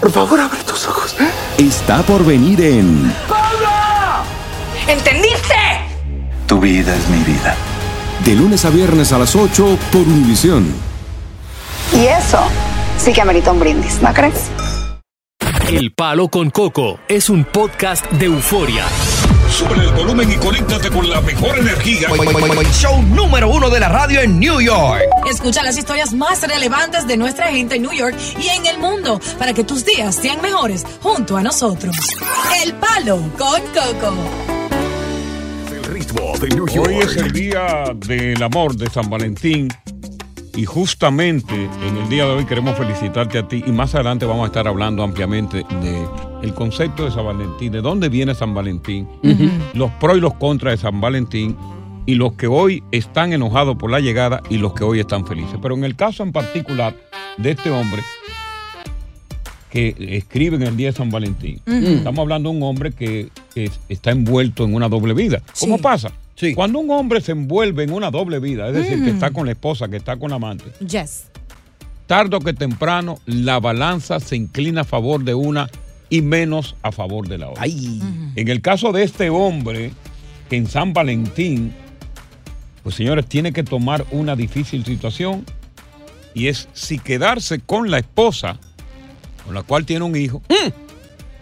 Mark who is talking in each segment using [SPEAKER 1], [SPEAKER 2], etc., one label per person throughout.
[SPEAKER 1] Por favor, abre tus ojos.
[SPEAKER 2] está por venir en
[SPEAKER 3] ¿Entendiste?
[SPEAKER 1] Tu vida es mi vida.
[SPEAKER 2] de lunes a viernes a las 8 por Univisión.
[SPEAKER 4] Y eso sí que amerita un brindis, ¿no crees?
[SPEAKER 5] El Palo con Coco es un podcast de euforia.
[SPEAKER 6] Sube el volumen y conéctate con la mejor energía.
[SPEAKER 7] Show número uno de la radio en New York.
[SPEAKER 8] Escucha las historias más relevantes de nuestra gente en New York y en el mundo para que tus días sean mejores junto a nosotros. El Palo con Coco.
[SPEAKER 6] Hoy es el día del amor de San Valentín y justamente en el día de hoy queremos felicitarte a ti y más adelante vamos a estar hablando ampliamente de el concepto de San Valentín, de dónde viene San Valentín, los pros y los contras de San Valentín y los que hoy están enojados por la llegada y los que hoy están felices. Pero en el caso en particular de este hombre que escribe en el día de San Valentín, estamos hablando de un hombre que, que está envuelto en una doble vida. ¿Cómo
[SPEAKER 8] Sí.
[SPEAKER 6] pasa?
[SPEAKER 7] Sí.
[SPEAKER 6] Cuando un hombre se envuelve en una doble vida, es decir, que está con la esposa, que está con la amante,
[SPEAKER 8] Yes.
[SPEAKER 6] tarde o que temprano la balanza se inclina a favor de una y menos a favor de la otra.
[SPEAKER 7] Ay.
[SPEAKER 6] En el caso de este hombre, que en San Valentín, pues señores, tiene que tomar una difícil situación y es si quedarse con la esposa, con la cual tiene un hijo,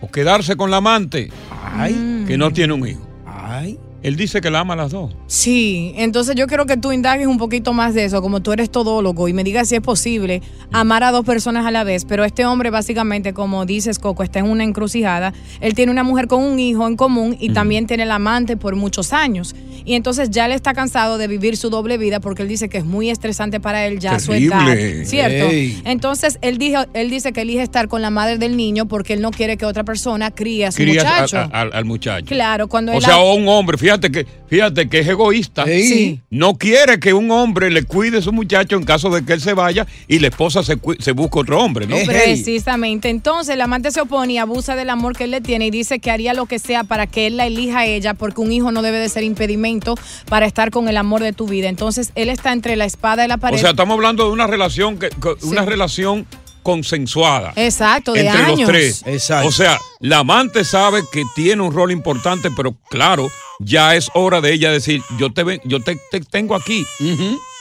[SPEAKER 6] o quedarse con la amante,
[SPEAKER 7] Mm. Ay.
[SPEAKER 6] que no tiene un hijo.
[SPEAKER 7] Ay.
[SPEAKER 6] Él dice que la ama a las dos.
[SPEAKER 9] Sí, entonces yo quiero que tú indagues un poquito más de eso, como tú eres todólogo, y me digas si es posible amar a dos personas a la vez. Pero este hombre, básicamente, como dices, Coco, está en una encrucijada. Él tiene una mujer con un hijo en común y también tiene el amante por muchos años. Y entonces ya él está cansado de vivir su doble vida porque él dice que es muy estresante para él ya a su edad.
[SPEAKER 6] Terrible.
[SPEAKER 9] ¿Cierto?
[SPEAKER 7] Ey.
[SPEAKER 9] Entonces él, dijo, él dice que elige estar con la madre del niño porque él no quiere que otra persona críe a su
[SPEAKER 6] Crías a-
[SPEAKER 9] muchacho.
[SPEAKER 6] a- al- al muchacho.
[SPEAKER 9] Claro, cuando
[SPEAKER 6] O
[SPEAKER 9] él
[SPEAKER 6] sea,
[SPEAKER 9] ha-
[SPEAKER 6] o un hombre, fíjate que, fíjate que es egoísta.
[SPEAKER 7] Sí.
[SPEAKER 6] No quiere que un hombre le cuide a su muchacho en caso de que él se vaya y la esposa se, cu- se busca otro hombre, ¿no?
[SPEAKER 7] Eh.
[SPEAKER 9] Precisamente. Entonces, la amante se opone y abusa del amor que él le tiene y dice que haría lo que sea para que él la elija a ella, porque un hijo no debe de ser impedimento para estar con el amor de tu vida. Entonces, él está entre la espada y la pared.
[SPEAKER 6] O sea, estamos hablando de una relación que, que- una relación consensuada.
[SPEAKER 9] Exacto, de
[SPEAKER 6] entre
[SPEAKER 9] años.
[SPEAKER 6] los tres.
[SPEAKER 7] Exacto.
[SPEAKER 6] O sea, la amante sabe que tiene un rol importante, pero claro, ya es hora de ella decir, yo te ven- yo te, te tengo aquí.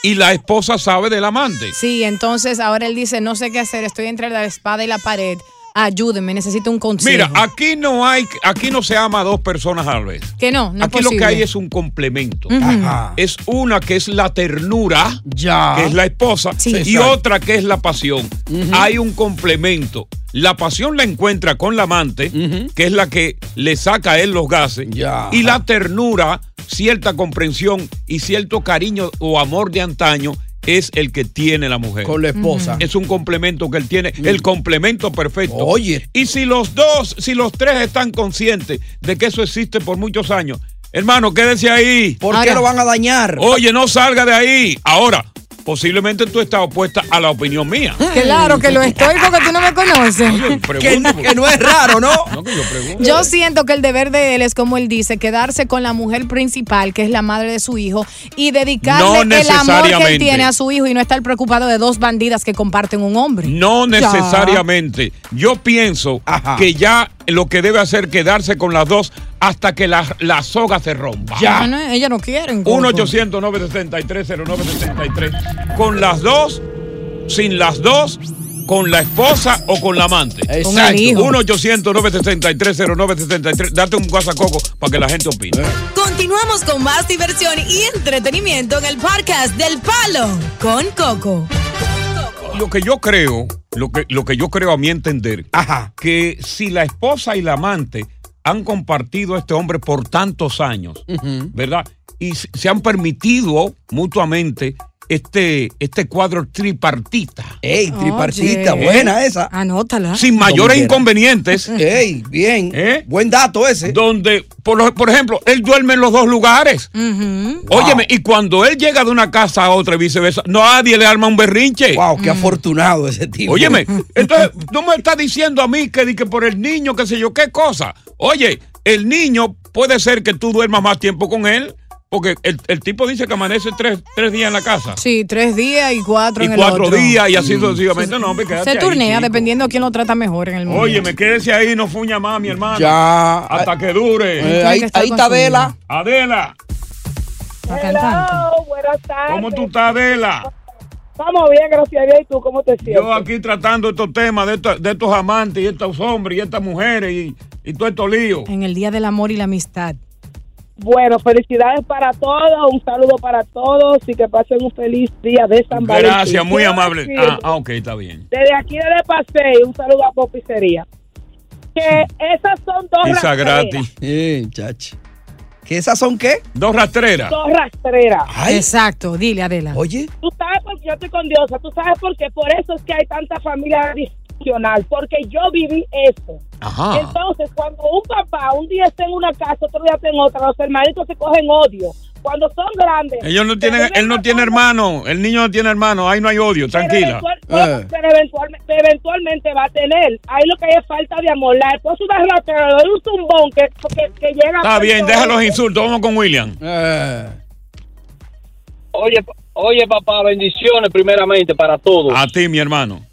[SPEAKER 6] Y la esposa sabe del amante.
[SPEAKER 9] Sí, entonces ahora él dice, no sé qué hacer, estoy entre la espada y la pared. Ayúdeme, necesito un consejo.
[SPEAKER 6] Mira, aquí no hay, aquí no se ama a dos personas a la vez.
[SPEAKER 9] que no, no es
[SPEAKER 6] Aquí
[SPEAKER 9] posible.
[SPEAKER 6] lo que hay es un complemento.
[SPEAKER 7] Ajá.
[SPEAKER 6] Es una que es la ternura,
[SPEAKER 7] Ya.
[SPEAKER 6] que es la esposa,
[SPEAKER 9] Sí.
[SPEAKER 6] y
[SPEAKER 7] Exacto.
[SPEAKER 6] otra que es la pasión. Hay un complemento. La pasión la encuentra con la amante, que es la que le saca a él los gases,
[SPEAKER 7] Ya.
[SPEAKER 6] y la ternura, cierta comprensión y cierto cariño o amor de antaño es el que tiene la mujer.
[SPEAKER 7] Con la esposa. Mm.
[SPEAKER 6] Es un complemento que él tiene, el complemento perfecto.
[SPEAKER 7] Oye.
[SPEAKER 6] Y si los dos, si los tres están conscientes de que eso existe por muchos años, hermano, quédese ahí.
[SPEAKER 7] ¿Por
[SPEAKER 9] Ahora.
[SPEAKER 7] qué lo van a dañar?
[SPEAKER 6] Oye, no salga de ahí. Ahora, posiblemente tú estás opuesta a la opinión mía.
[SPEAKER 9] ¿Eh? Claro que lo estoy porque tú no me conoces.
[SPEAKER 6] Oye,
[SPEAKER 7] que,
[SPEAKER 6] pregunto.
[SPEAKER 7] que no es raro, ¿no?
[SPEAKER 6] No, que yo pregunto.
[SPEAKER 9] Yo siento que el deber de él es, como él dice, quedarse con la mujer principal, que es la madre de su hijo, y dedicarle el
[SPEAKER 6] No
[SPEAKER 9] amor que
[SPEAKER 6] necesariamente.
[SPEAKER 9] él tiene a su hijo y no estar preocupado de dos bandidas que comparten un hombre.
[SPEAKER 6] No necesariamente. Yo pienso
[SPEAKER 7] Ajá.
[SPEAKER 6] que ya lo que debe hacer es quedarse con las dos hasta que la, la soga se rompa.
[SPEAKER 9] Ya Ah, no, ella no quiere.
[SPEAKER 6] 1-800-963-0963. Con las dos, sin las dos, ¿Con la esposa o con la amante?
[SPEAKER 9] Con el hijo.
[SPEAKER 6] 1 800 963 0973 Date un guasa coco para que la gente opine.
[SPEAKER 9] Eh.
[SPEAKER 8] Continuamos con más diversión y entretenimiento en el podcast del Palo con Coco.
[SPEAKER 6] Lo que yo creo, lo que, lo que yo creo a mi entender, que si la esposa y la amante han compartido a este hombre por tantos años, ¿verdad? Y s- se han permitido mutuamente este, este cuadro tripartita. Ah.
[SPEAKER 7] ¡Ey, tripartita! Buena esa.
[SPEAKER 9] Anótala.
[SPEAKER 6] Sin mayores
[SPEAKER 7] Como quiera.
[SPEAKER 6] inconvenientes. ¿Eh?
[SPEAKER 7] ¡Ey, bien! Buen dato ese.
[SPEAKER 6] Donde, por, lo- por ejemplo, él duerme en los dos lugares. Óyeme, y cuando él llega de una casa a otra y viceversa, nadie le arma un berrinche.
[SPEAKER 7] ¡Wow, qué afortunado ese tipo!
[SPEAKER 6] Óyeme, entonces no me estás diciendo a mí que, di que por el niño, qué sé yo, qué cosa. Oye, el niño puede ser que tú duermas más tiempo con él, porque el, el tipo dice que amanece tres, tres días en la casa.
[SPEAKER 9] Sí, tres días y cuatro
[SPEAKER 6] y
[SPEAKER 9] en el
[SPEAKER 6] cuatro
[SPEAKER 9] otro. Mm.
[SPEAKER 6] días y
[SPEAKER 7] Mm.
[SPEAKER 6] así sucesivamente. No, hombre, quédate
[SPEAKER 9] Se
[SPEAKER 6] ahí,
[SPEAKER 9] turnea
[SPEAKER 6] chico.
[SPEAKER 9] dependiendo quién lo trata mejor en el mundo.
[SPEAKER 6] Óyeme, quédese ahí, no fuña más, mi hermano.
[SPEAKER 7] Ya.
[SPEAKER 6] Hasta que dure.
[SPEAKER 7] Eh, ahí ahí está Vela.
[SPEAKER 6] Adela,
[SPEAKER 3] buenas tardes.
[SPEAKER 6] ¿cómo tú estás, Adela?
[SPEAKER 3] Estamos bien, gracias a Dios. ¿Y tú cómo te sientes?
[SPEAKER 6] Yo aquí tratando estos temas de, esta- de estos amantes y estos hombres y estas mujeres y, y todo estos líos.
[SPEAKER 9] En el Día del Amor y la Amistad.
[SPEAKER 3] Bueno, felicidades para todos. Un saludo para todos y que pasen un feliz día de San Valentín.
[SPEAKER 6] Gracias, muy
[SPEAKER 3] Quiero
[SPEAKER 6] amable.
[SPEAKER 3] decir,
[SPEAKER 6] Ah, ah, ok, está bien.
[SPEAKER 3] Desde aquí, desde Pasey, un saludo a Popicería. Que esas son dos
[SPEAKER 6] Pizza
[SPEAKER 3] rastreras.
[SPEAKER 6] gratis.
[SPEAKER 7] Eh, chacho. ¿Que esas son qué?
[SPEAKER 6] Dos rastreras.
[SPEAKER 3] Dos rastreras.
[SPEAKER 9] Exacto, dile Adela.
[SPEAKER 7] Oye.
[SPEAKER 3] Tú sabes por qué yo estoy con Diosa. Tú sabes por qué. Por eso es que hay tanta familia disfuncional. Porque yo viví eso.
[SPEAKER 6] Ajá.
[SPEAKER 3] Entonces, cuando un papá un día está en una casa, otro día está en otra, los hermanitos se cogen odio. Cuando son grandes.
[SPEAKER 6] Ellos no
[SPEAKER 3] se
[SPEAKER 6] tienen,
[SPEAKER 3] viven
[SPEAKER 6] él no tiene
[SPEAKER 3] matando,
[SPEAKER 6] hermano, el niño no tiene hermano, ahí no hay odio,
[SPEAKER 3] pero
[SPEAKER 6] tranquila.
[SPEAKER 3] eventual- no,
[SPEAKER 7] Eh.
[SPEAKER 3] Pero eventualmente, eventualmente va a tener. Ahí lo que hay es falta de amor. La esposa da ratera, le doy un zumbón que, que, que llega.
[SPEAKER 6] Está bien, deja los
[SPEAKER 3] insultos.
[SPEAKER 6] insultos, vamos con William.
[SPEAKER 7] Eh.
[SPEAKER 10] Oye, pa- oye, papá, bendiciones primeramente para todos.
[SPEAKER 6] A ti, mi hermano.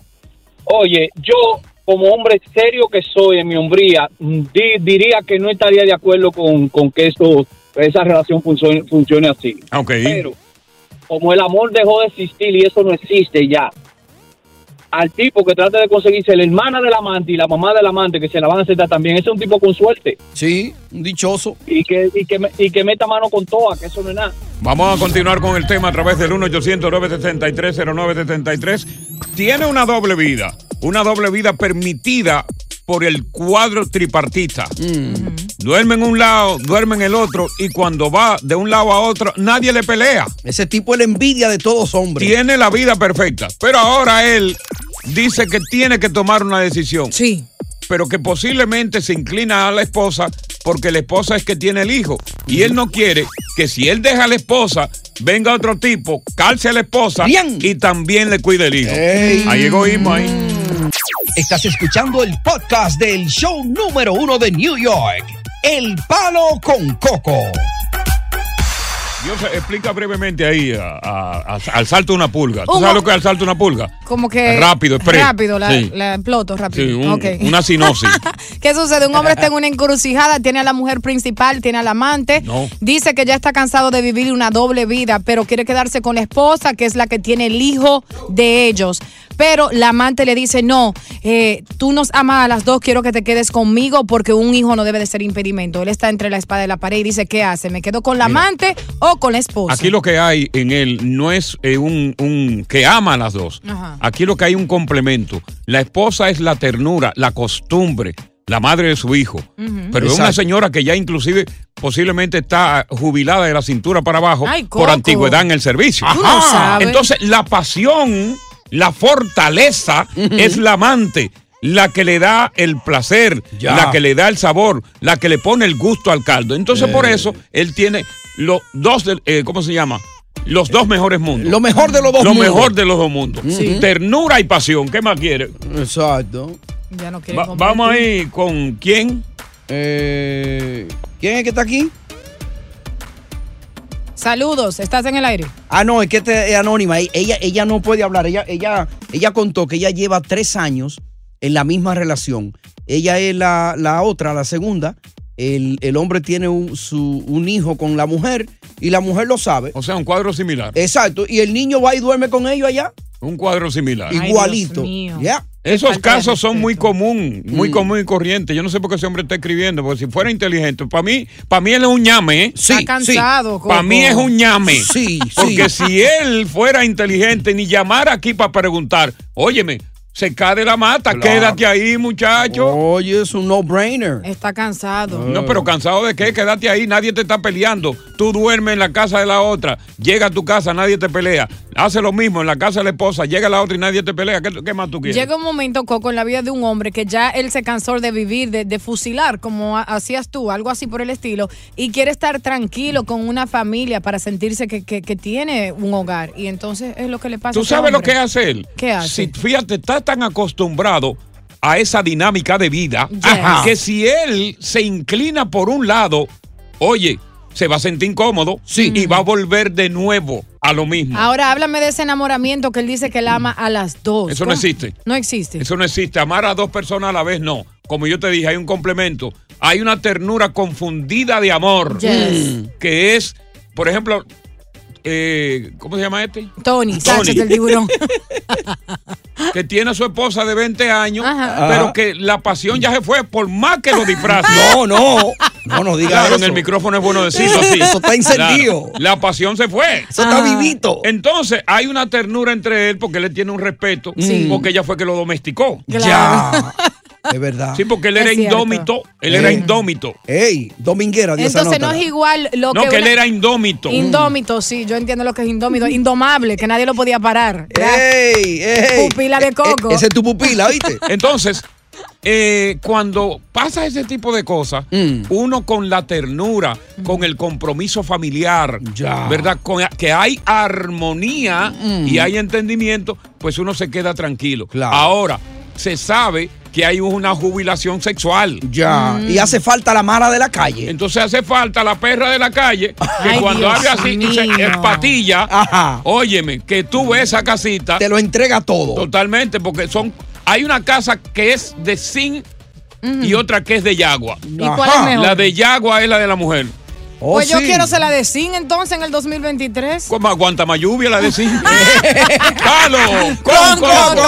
[SPEAKER 10] Oye, yo como hombre serio que soy en mi hombría, mm, di- diría que no estaría de acuerdo con, con que eso, esa relación funcione, funcione así.
[SPEAKER 6] Ok.
[SPEAKER 10] Pero como el amor dejó de existir y eso no existe ya, al tipo que trata de conseguirse la hermana del amante y la mamá del amante que se la van a aceptar también, ese es un tipo con suerte
[SPEAKER 7] Sí, un dichoso.
[SPEAKER 10] y que, y que, me- y que meta mano con toa, que eso no es nada.
[SPEAKER 6] Vamos a continuar con el tema a través del 1 800 973 0973 Tiene una doble vida, una doble vida permitida por el cuadro tripartita.
[SPEAKER 7] Mm.
[SPEAKER 6] Duerme en un lado, duerme en el otro y cuando va de un lado a otro nadie le pelea.
[SPEAKER 7] Ese tipo es la envidia de todos hombres.
[SPEAKER 6] Tiene la vida perfecta, pero ahora él dice que tiene que tomar una decisión,
[SPEAKER 9] Sí.
[SPEAKER 6] pero que posiblemente se inclina a la esposa porque la esposa es que tiene el hijo y él no quiere que si él deja a la esposa venga otro tipo, calce a la esposa
[SPEAKER 7] Bien. Eh,
[SPEAKER 6] y también le cuide el hijo.
[SPEAKER 7] Ey.
[SPEAKER 6] Hay egoísmo ahí.
[SPEAKER 7] Estás escuchando el podcast del show número uno de New York. El palo con coco.
[SPEAKER 6] Dios, explica brevemente ahí a- a- a- al salto de una pulga. ¿Tú
[SPEAKER 9] Humo.
[SPEAKER 6] sabes lo que es al salto de una pulga?
[SPEAKER 9] Como que.
[SPEAKER 6] Rápido, express.
[SPEAKER 9] Rápido, la,
[SPEAKER 6] Sí.
[SPEAKER 9] la exploto, rápido.
[SPEAKER 6] Sí, un-
[SPEAKER 9] Ok. Pues
[SPEAKER 6] una sinosis.
[SPEAKER 9] ¿Qué sucede? Un hombre está en una encrucijada, tiene a la mujer principal, tiene al amante.
[SPEAKER 6] No.
[SPEAKER 9] Dice que ya está cansado de vivir una doble vida, pero quiere quedarse con la esposa, que es la que tiene el hijo de ellos. Pero la amante le dice, no, eh, tú nos amas a las dos, quiero que te quedes conmigo porque un hijo no debe de ser impedimento. Él está entre la espada y la pared y dice, ¿qué hace? ¿Me quedo con la
[SPEAKER 6] Mira.
[SPEAKER 9] amante o con la esposa?
[SPEAKER 6] Aquí lo que hay en él no es eh, un, un que ama a las dos.
[SPEAKER 9] Ajá.
[SPEAKER 6] Aquí lo que hay un complemento. La esposa es la ternura, la costumbre, la madre de su hijo. Pero es una
[SPEAKER 7] Exacto.
[SPEAKER 6] señora que ya inclusive posiblemente está jubilada de la cintura para abajo
[SPEAKER 9] Ay,
[SPEAKER 6] por
[SPEAKER 9] Coco.
[SPEAKER 6] antigüedad en el servicio.
[SPEAKER 9] Tú no sabes.
[SPEAKER 6] Entonces la pasión, la fortaleza es la amante. La que le da el placer,
[SPEAKER 7] Ya.
[SPEAKER 6] la que le da el sabor, la que le pone el gusto al caldo. Entonces,
[SPEAKER 7] Eh.
[SPEAKER 6] por eso, él tiene los dos, del- eh, ¿cómo se llama? Los dos mejores mundos.
[SPEAKER 7] Lo mejor de los dos
[SPEAKER 6] Lo
[SPEAKER 7] mundos.
[SPEAKER 6] mejor de los dos mundos. Ternura y pasión. ¿Qué más quiere?
[SPEAKER 7] Exacto.
[SPEAKER 9] Ya no quiere
[SPEAKER 6] Va-
[SPEAKER 9] compartir.
[SPEAKER 6] vamos ahí con quién.
[SPEAKER 7] Eh, ¿Quién es que está aquí?
[SPEAKER 9] Saludos, estás en el aire.
[SPEAKER 7] Ah, no, es que este es anónima. E- Ella, ella no puede hablar. Ella, ella, ella contó que ella lleva tres años en la misma relación. Ella es la, la otra, la segunda,
[SPEAKER 11] el, el hombre tiene un, su- un hijo con la mujer y la mujer lo sabe.
[SPEAKER 6] O sea, un cuadro similar.
[SPEAKER 11] Exacto. Y el niño va y duerme con ellos allá.
[SPEAKER 6] Un cuadro similar.
[SPEAKER 11] Ay, Igualito. Dios mío. Ya. Mm.
[SPEAKER 6] Esos
[SPEAKER 11] Falta de
[SPEAKER 6] casos son muy común, muy común y corriente. Yo no sé por qué ese hombre está escribiendo, porque si fuera inteligente, para mí, para mí él es un ñame, ¿eh?
[SPEAKER 11] Sí, Está cansado, sí.
[SPEAKER 6] Para mí
[SPEAKER 11] Coco.
[SPEAKER 6] es un ñame.
[SPEAKER 11] Sí,
[SPEAKER 6] Porque
[SPEAKER 11] sí.
[SPEAKER 6] si él fuera inteligente, ni llamara aquí para preguntar, óyeme, se cae de la mata, quédate ahí, muchacho.
[SPEAKER 11] Oye, es un no-brainer.
[SPEAKER 9] Está cansado.
[SPEAKER 6] No, pero cansado de qué, quédate ahí, nadie te está peleando. Tú duermes en la casa de la otra, llega a tu casa, nadie te pelea. Hace lo mismo en la casa de la esposa, llega a la otra y nadie te pelea. ¿Qué, qué más tú quieres?
[SPEAKER 9] Llega un momento, Coco, en la vida de un hombre que ya él se cansó de vivir, de, de fusilar, como ha- hacías tú, algo así por el estilo, y quiere estar tranquilo con una familia para sentirse que, que- que tiene un hogar. Y entonces es lo que le pasa. a
[SPEAKER 6] ¿Tú
[SPEAKER 9] este
[SPEAKER 6] sabes lo
[SPEAKER 9] hombre.
[SPEAKER 6] que hace él?
[SPEAKER 9] ¿Qué hace?
[SPEAKER 6] Si, fíjate, está tan acostumbrado a esa dinámica de vida
[SPEAKER 9] Ajá.
[SPEAKER 6] que si él se inclina por un lado, oye, se va a sentir incómodo y va a volver de nuevo a lo mismo.
[SPEAKER 9] Ahora háblame de ese enamoramiento que él dice que él ama a las dos.
[SPEAKER 6] Eso no
[SPEAKER 9] pues, ¿Cómo?
[SPEAKER 6] existe.
[SPEAKER 9] No existe.
[SPEAKER 6] Eso no existe. Amar a dos personas a la vez no. Como yo te dije, hay un complemento. Hay una ternura confundida de amor.
[SPEAKER 9] Yes.
[SPEAKER 6] Que es, por ejemplo, eh, ¿cómo se llama este?
[SPEAKER 9] Tony, Sánchez del tiburón.
[SPEAKER 6] que tiene a su esposa de 20 años, pero que la pasión ya se fue, por más que lo disfrace.
[SPEAKER 11] Ah. No, no. No, no digas
[SPEAKER 6] Claro,
[SPEAKER 11] eso.
[SPEAKER 6] en el micrófono es bueno decirlo así.
[SPEAKER 11] Eso está encendido.
[SPEAKER 6] Claro, la pasión se fue.
[SPEAKER 11] Eso está vivito.
[SPEAKER 6] Entonces, hay una ternura entre él porque él le tiene un respeto,
[SPEAKER 11] Sí.
[SPEAKER 6] porque ella fue que lo domesticó.
[SPEAKER 11] Ya. Es verdad.
[SPEAKER 6] Sí, porque él era
[SPEAKER 11] Es cierto.
[SPEAKER 6] indómito. Él
[SPEAKER 11] Sí.
[SPEAKER 6] era indómito.
[SPEAKER 11] Ey, dominguera, Dios
[SPEAKER 9] Entonces no
[SPEAKER 11] anótala.
[SPEAKER 9] es igual lo
[SPEAKER 6] No,
[SPEAKER 9] que.
[SPEAKER 6] que él
[SPEAKER 9] una-
[SPEAKER 6] era indómito.
[SPEAKER 9] Indómito, sí, yo entiendo lo que es indómito. Indomable, que nadie lo podía parar.
[SPEAKER 11] ¡Ey! ey.
[SPEAKER 9] Pupila de coco.
[SPEAKER 11] Esa es tu pupila, ¿viste?
[SPEAKER 6] Entonces, eh, cuando pasa ese tipo de cosas,
[SPEAKER 11] Mm.
[SPEAKER 6] uno con la ternura, con el compromiso familiar, ¿verdad? Con- que hay armonía
[SPEAKER 11] Mm.
[SPEAKER 6] y hay entendimiento, pues uno se queda tranquilo. Ahora, se sabe que hay una jubilación sexual.
[SPEAKER 11] Ya. Y hace falta la mala de la calle.
[SPEAKER 6] Entonces hace falta la perra de la calle que
[SPEAKER 11] Ay,
[SPEAKER 6] cuando
[SPEAKER 11] Dios
[SPEAKER 6] habla así y se
[SPEAKER 11] mío.
[SPEAKER 6] espatilla, óyeme, que tú ves esa casita.
[SPEAKER 11] Te lo entrega todo.
[SPEAKER 6] Totalmente, porque son hay una casa que es de zinc y otra que es de yagua.
[SPEAKER 9] ¿Y cuál es mejor?
[SPEAKER 6] La de yagua es la de la mujer. Oh,
[SPEAKER 11] Oh,
[SPEAKER 9] pues yo quiero se la de zinc entonces en el 2023.
[SPEAKER 6] ¿Cómo aguanta más lluvia la de zinc? ¡Palo!
[SPEAKER 9] Con
[SPEAKER 6] ¡Con
[SPEAKER 9] Coco.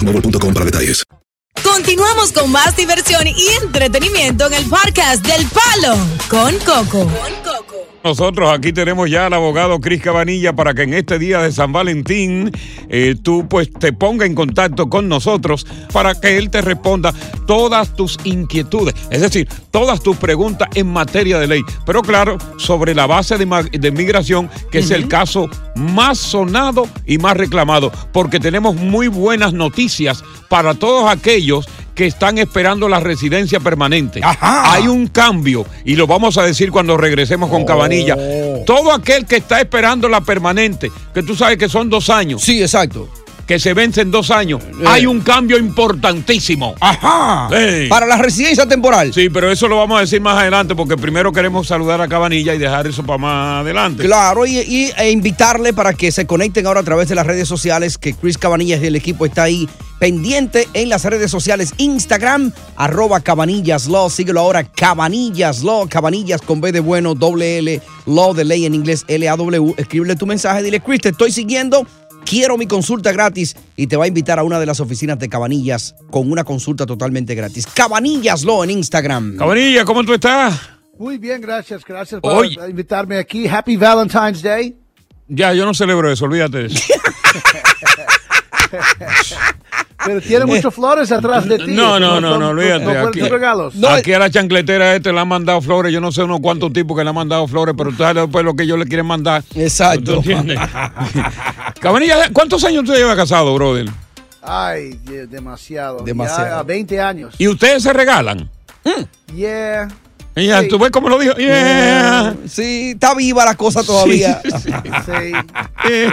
[SPEAKER 12] para detalles.
[SPEAKER 8] Continuamos con más diversión y entretenimiento en el podcast del Palo con Coco.
[SPEAKER 6] Nosotros aquí tenemos ya al abogado Cris Cabanilla para que en este día de San Valentín eh, tú pues te ponga en contacto con nosotros para que él te responda todas tus inquietudes, es decir, todas tus preguntas en materia de ley, pero claro, sobre la base de, ma- de migración, que es el caso más sonado y más reclamado, porque tenemos muy buenas noticias para todos aquellos que están esperando la residencia permanente. Hay un cambio y lo vamos a decir cuando regresemos
[SPEAKER 11] Oh.
[SPEAKER 6] con Cabanilla. Todo aquel que está esperando la permanente, que tú sabes que son dos años.
[SPEAKER 11] Sí, exacto. Eh.
[SPEAKER 6] que se vence en dos años, hay un cambio importantísimo.
[SPEAKER 11] Ajá.
[SPEAKER 6] Sí.
[SPEAKER 11] Para la residencia temporal.
[SPEAKER 6] Sí, pero eso lo vamos a decir más adelante porque primero queremos saludar a Cabanilla y dejar eso para más adelante.
[SPEAKER 11] Claro, y, y- e invitarle para que se conecten ahora a través de las redes sociales, que Chris Cabanillas y el equipo está ahí pendiente en las redes sociales Instagram, arroba Cabanillas Law, síguelo ahora, Cabanillas Law, Cabanillas con B de bueno, doble L, Law de ley en inglés, L-A-W, escríbele tu mensaje, dile, Chris, te estoy siguiendo, quiero mi consulta gratis y te va a invitar a una de las oficinas de Cabanillas con una consulta totalmente gratis. Cabanillas Law en Instagram.
[SPEAKER 6] Cabanilla, ¿cómo tú estás?
[SPEAKER 13] Muy bien, gracias, gracias por
[SPEAKER 6] Oye.
[SPEAKER 13] invitarme aquí. Happy Valentine's Day.
[SPEAKER 6] Ya, yo no celebro eso, olvídate de eso.
[SPEAKER 13] Pero tiene muchas flores atrás de ti.
[SPEAKER 6] Eh, No, no, no,
[SPEAKER 13] son-
[SPEAKER 6] no, olvídate.
[SPEAKER 13] no fueron
[SPEAKER 6] Aquí,
[SPEAKER 13] tus regalos.
[SPEAKER 6] aquí a la chancletera este le han mandado flores. Yo no sé unos cuantos tipos que le han mandado flores, pero tú sabes después lo que ellos le quieren mandar.
[SPEAKER 11] Exacto.
[SPEAKER 6] Cabanilla, ¿cuántos años usted lleva casado, brother?
[SPEAKER 13] Ay, de- demasiado.
[SPEAKER 6] Demasiado.
[SPEAKER 13] Ya a 20 años.
[SPEAKER 6] ¿Y ustedes se regalan?
[SPEAKER 13] Yeah.
[SPEAKER 6] Ella,
[SPEAKER 13] Sí.
[SPEAKER 6] ¿Tú ves cómo lo dijo? Yeah.
[SPEAKER 11] Sí, está viva la cosa todavía.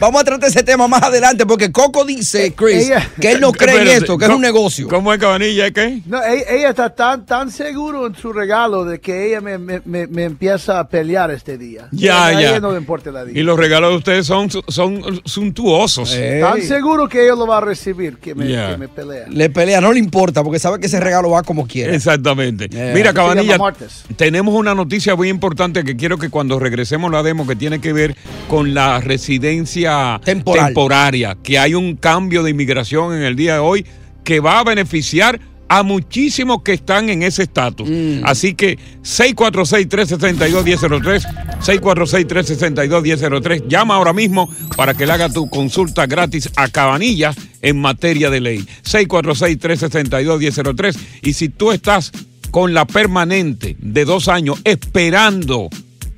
[SPEAKER 11] Vamos a tratar ese tema más adelante porque Coco dice, Chris,
[SPEAKER 13] Eh, ella-
[SPEAKER 11] que él no cree en
[SPEAKER 6] Espérate,
[SPEAKER 11] esto, que es un
[SPEAKER 6] ¿cómo-
[SPEAKER 11] negocio.
[SPEAKER 6] ¿Cómo es Cabanilla? ¿Es qué?
[SPEAKER 13] No, e- ella, está tan, tan seguro en su regalo de que ella me, me- me- me empieza a pelear este día.
[SPEAKER 6] Ya,
[SPEAKER 13] A ella
[SPEAKER 6] ya.
[SPEAKER 13] no le importa la día.
[SPEAKER 6] Y los regalos de ustedes son, son suntuosos.
[SPEAKER 11] Eh.
[SPEAKER 13] Tan seguro que ella lo va a recibir, que me,
[SPEAKER 6] Yeah.
[SPEAKER 13] que me pelea.
[SPEAKER 11] Le pelea, no le importa porque sabe que ese regalo va como quiera. Eh,
[SPEAKER 6] Exactamente. Mira, Cabanilla, tenemos una noticia muy importante que quiero que cuando regresemos la demo que tiene que ver con la residencia
[SPEAKER 11] Temporal.
[SPEAKER 6] temporaria, que hay un cambio de inmigración en el día de hoy que va a beneficiar a muchísimos que están en ese estatus. Así que 646-362-1003, 646-362-1003, llama ahora mismo para que le haga tu consulta gratis a Cabanillas en materia de ley. 646-362-1003. Y si tú estás con la permanente de dos años esperando,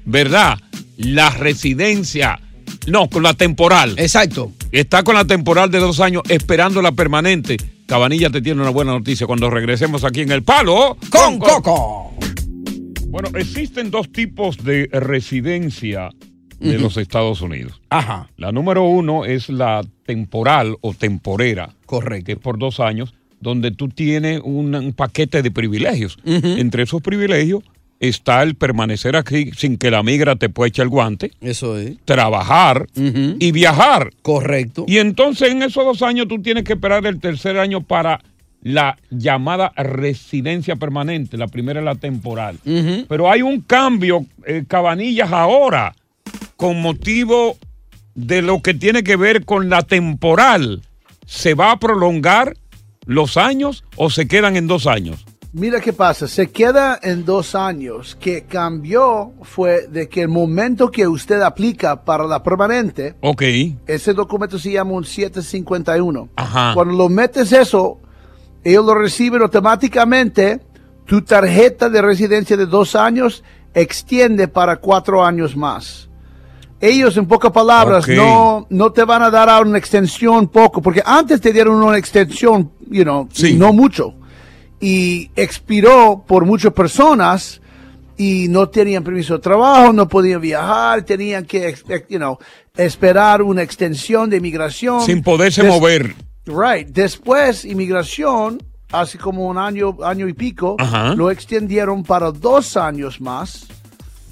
[SPEAKER 6] ¿verdad? La residencia. No, con la temporal.
[SPEAKER 11] Exacto.
[SPEAKER 6] Está con la temporal de dos años esperando la permanente. Cabanilla te tiene una buena noticia cuando regresemos aquí en El Palo.
[SPEAKER 11] Con Coco.
[SPEAKER 6] Bueno, existen dos tipos de residencia de
[SPEAKER 14] Ujú.
[SPEAKER 6] los Estados Unidos.
[SPEAKER 11] Ajá.
[SPEAKER 6] La número uno es la temporal o temporera.
[SPEAKER 11] Correcto.
[SPEAKER 6] Que es por dos años, donde tú tienes un, un paquete de privilegios. Entre esos privilegios está el permanecer aquí sin que la migra te pueda echar el guante.
[SPEAKER 11] Eso es.
[SPEAKER 6] Trabajar y viajar.
[SPEAKER 11] Correcto.
[SPEAKER 6] Y entonces en esos dos años tú tienes que esperar el tercer año para la llamada residencia permanente. La primera es la temporal. Pero hay un cambio, eh, Cabanillas, ahora, con motivo de lo que tiene que ver con la temporal. ¿Se va a prolongar los años o se quedan en dos años?
[SPEAKER 13] Mira qué pasa, se queda en dos años. Que cambió fue de que el momento que usted aplica para la permanente,
[SPEAKER 6] Ok.
[SPEAKER 13] ese documento se llama un 751.
[SPEAKER 6] Ajá.
[SPEAKER 13] Cuando lo metes eso, ellos lo reciben automáticamente. Tu tarjeta de residencia de dos años extiende para cuatro años más. Ellos, en pocas palabras,
[SPEAKER 15] Ok.
[SPEAKER 13] no, no te van a dar a una extensión poco, porque antes te dieron una extensión, you know, no mucho. Y expiró por muchas personas y no tenían permiso de trabajo, no podían viajar, tenían que, ex- ex- you know, esperar una extensión de inmigración.
[SPEAKER 6] Sin poderse
[SPEAKER 13] Des-
[SPEAKER 6] mover.
[SPEAKER 13] Right. Después, inmigración, hace como un año, año y pico,
[SPEAKER 6] Ajá.
[SPEAKER 13] lo extendieron para dos años más.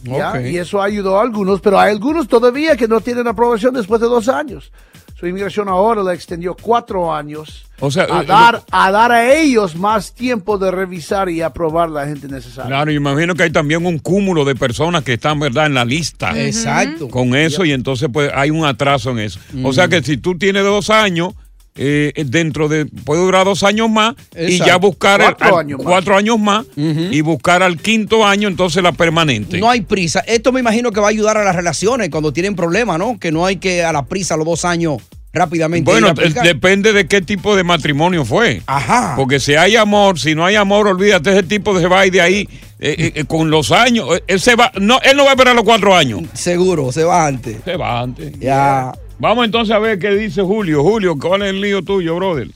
[SPEAKER 13] ¿ya?
[SPEAKER 6] Ok.
[SPEAKER 13] Y eso ayudó a algunos, pero hay algunos todavía que no tienen aprobación después de dos años. Su inmigración ahora la extendió cuatro años.
[SPEAKER 6] O sea,
[SPEAKER 13] a
[SPEAKER 6] eh,
[SPEAKER 13] dar, a dar a ellos más tiempo de revisar y aprobar la gente necesaria.
[SPEAKER 6] Claro, yo imagino que hay también un cúmulo de personas que están, ¿verdad?, en la lista.
[SPEAKER 11] Exacto.
[SPEAKER 6] Con eso, y entonces, pues, hay un atraso en eso. O sea que si tú tienes dos años, eh, dentro de. puede durar dos años más y
[SPEAKER 11] Exacto.
[SPEAKER 6] ya buscar. al-
[SPEAKER 11] Cuatro
[SPEAKER 6] al-
[SPEAKER 11] años más.
[SPEAKER 6] cuatro años más y buscar al quinto año, entonces la permanente.
[SPEAKER 11] No hay prisa. Esto me imagino que va a ayudar a las relaciones cuando tienen problemas, ¿no? Que no hay que a la prisa a los dos años rápidamente. ir a
[SPEAKER 6] Bueno,
[SPEAKER 11] aplicar.
[SPEAKER 6] eh, depende de qué tipo de matrimonio fue.
[SPEAKER 11] Ajá.
[SPEAKER 6] Porque si hay amor, si no hay amor, olvídate, ese tipo se va y de ahí eh, eh, eh, con los años. eh, Él, se va, no, él no va a esperar los cuatro años.
[SPEAKER 11] Seguro, se va antes.
[SPEAKER 6] Se va antes.
[SPEAKER 11] Ya.
[SPEAKER 6] Vamos entonces a ver qué dice Julio. Julio, ¿cuál es el lío tuyo, brother?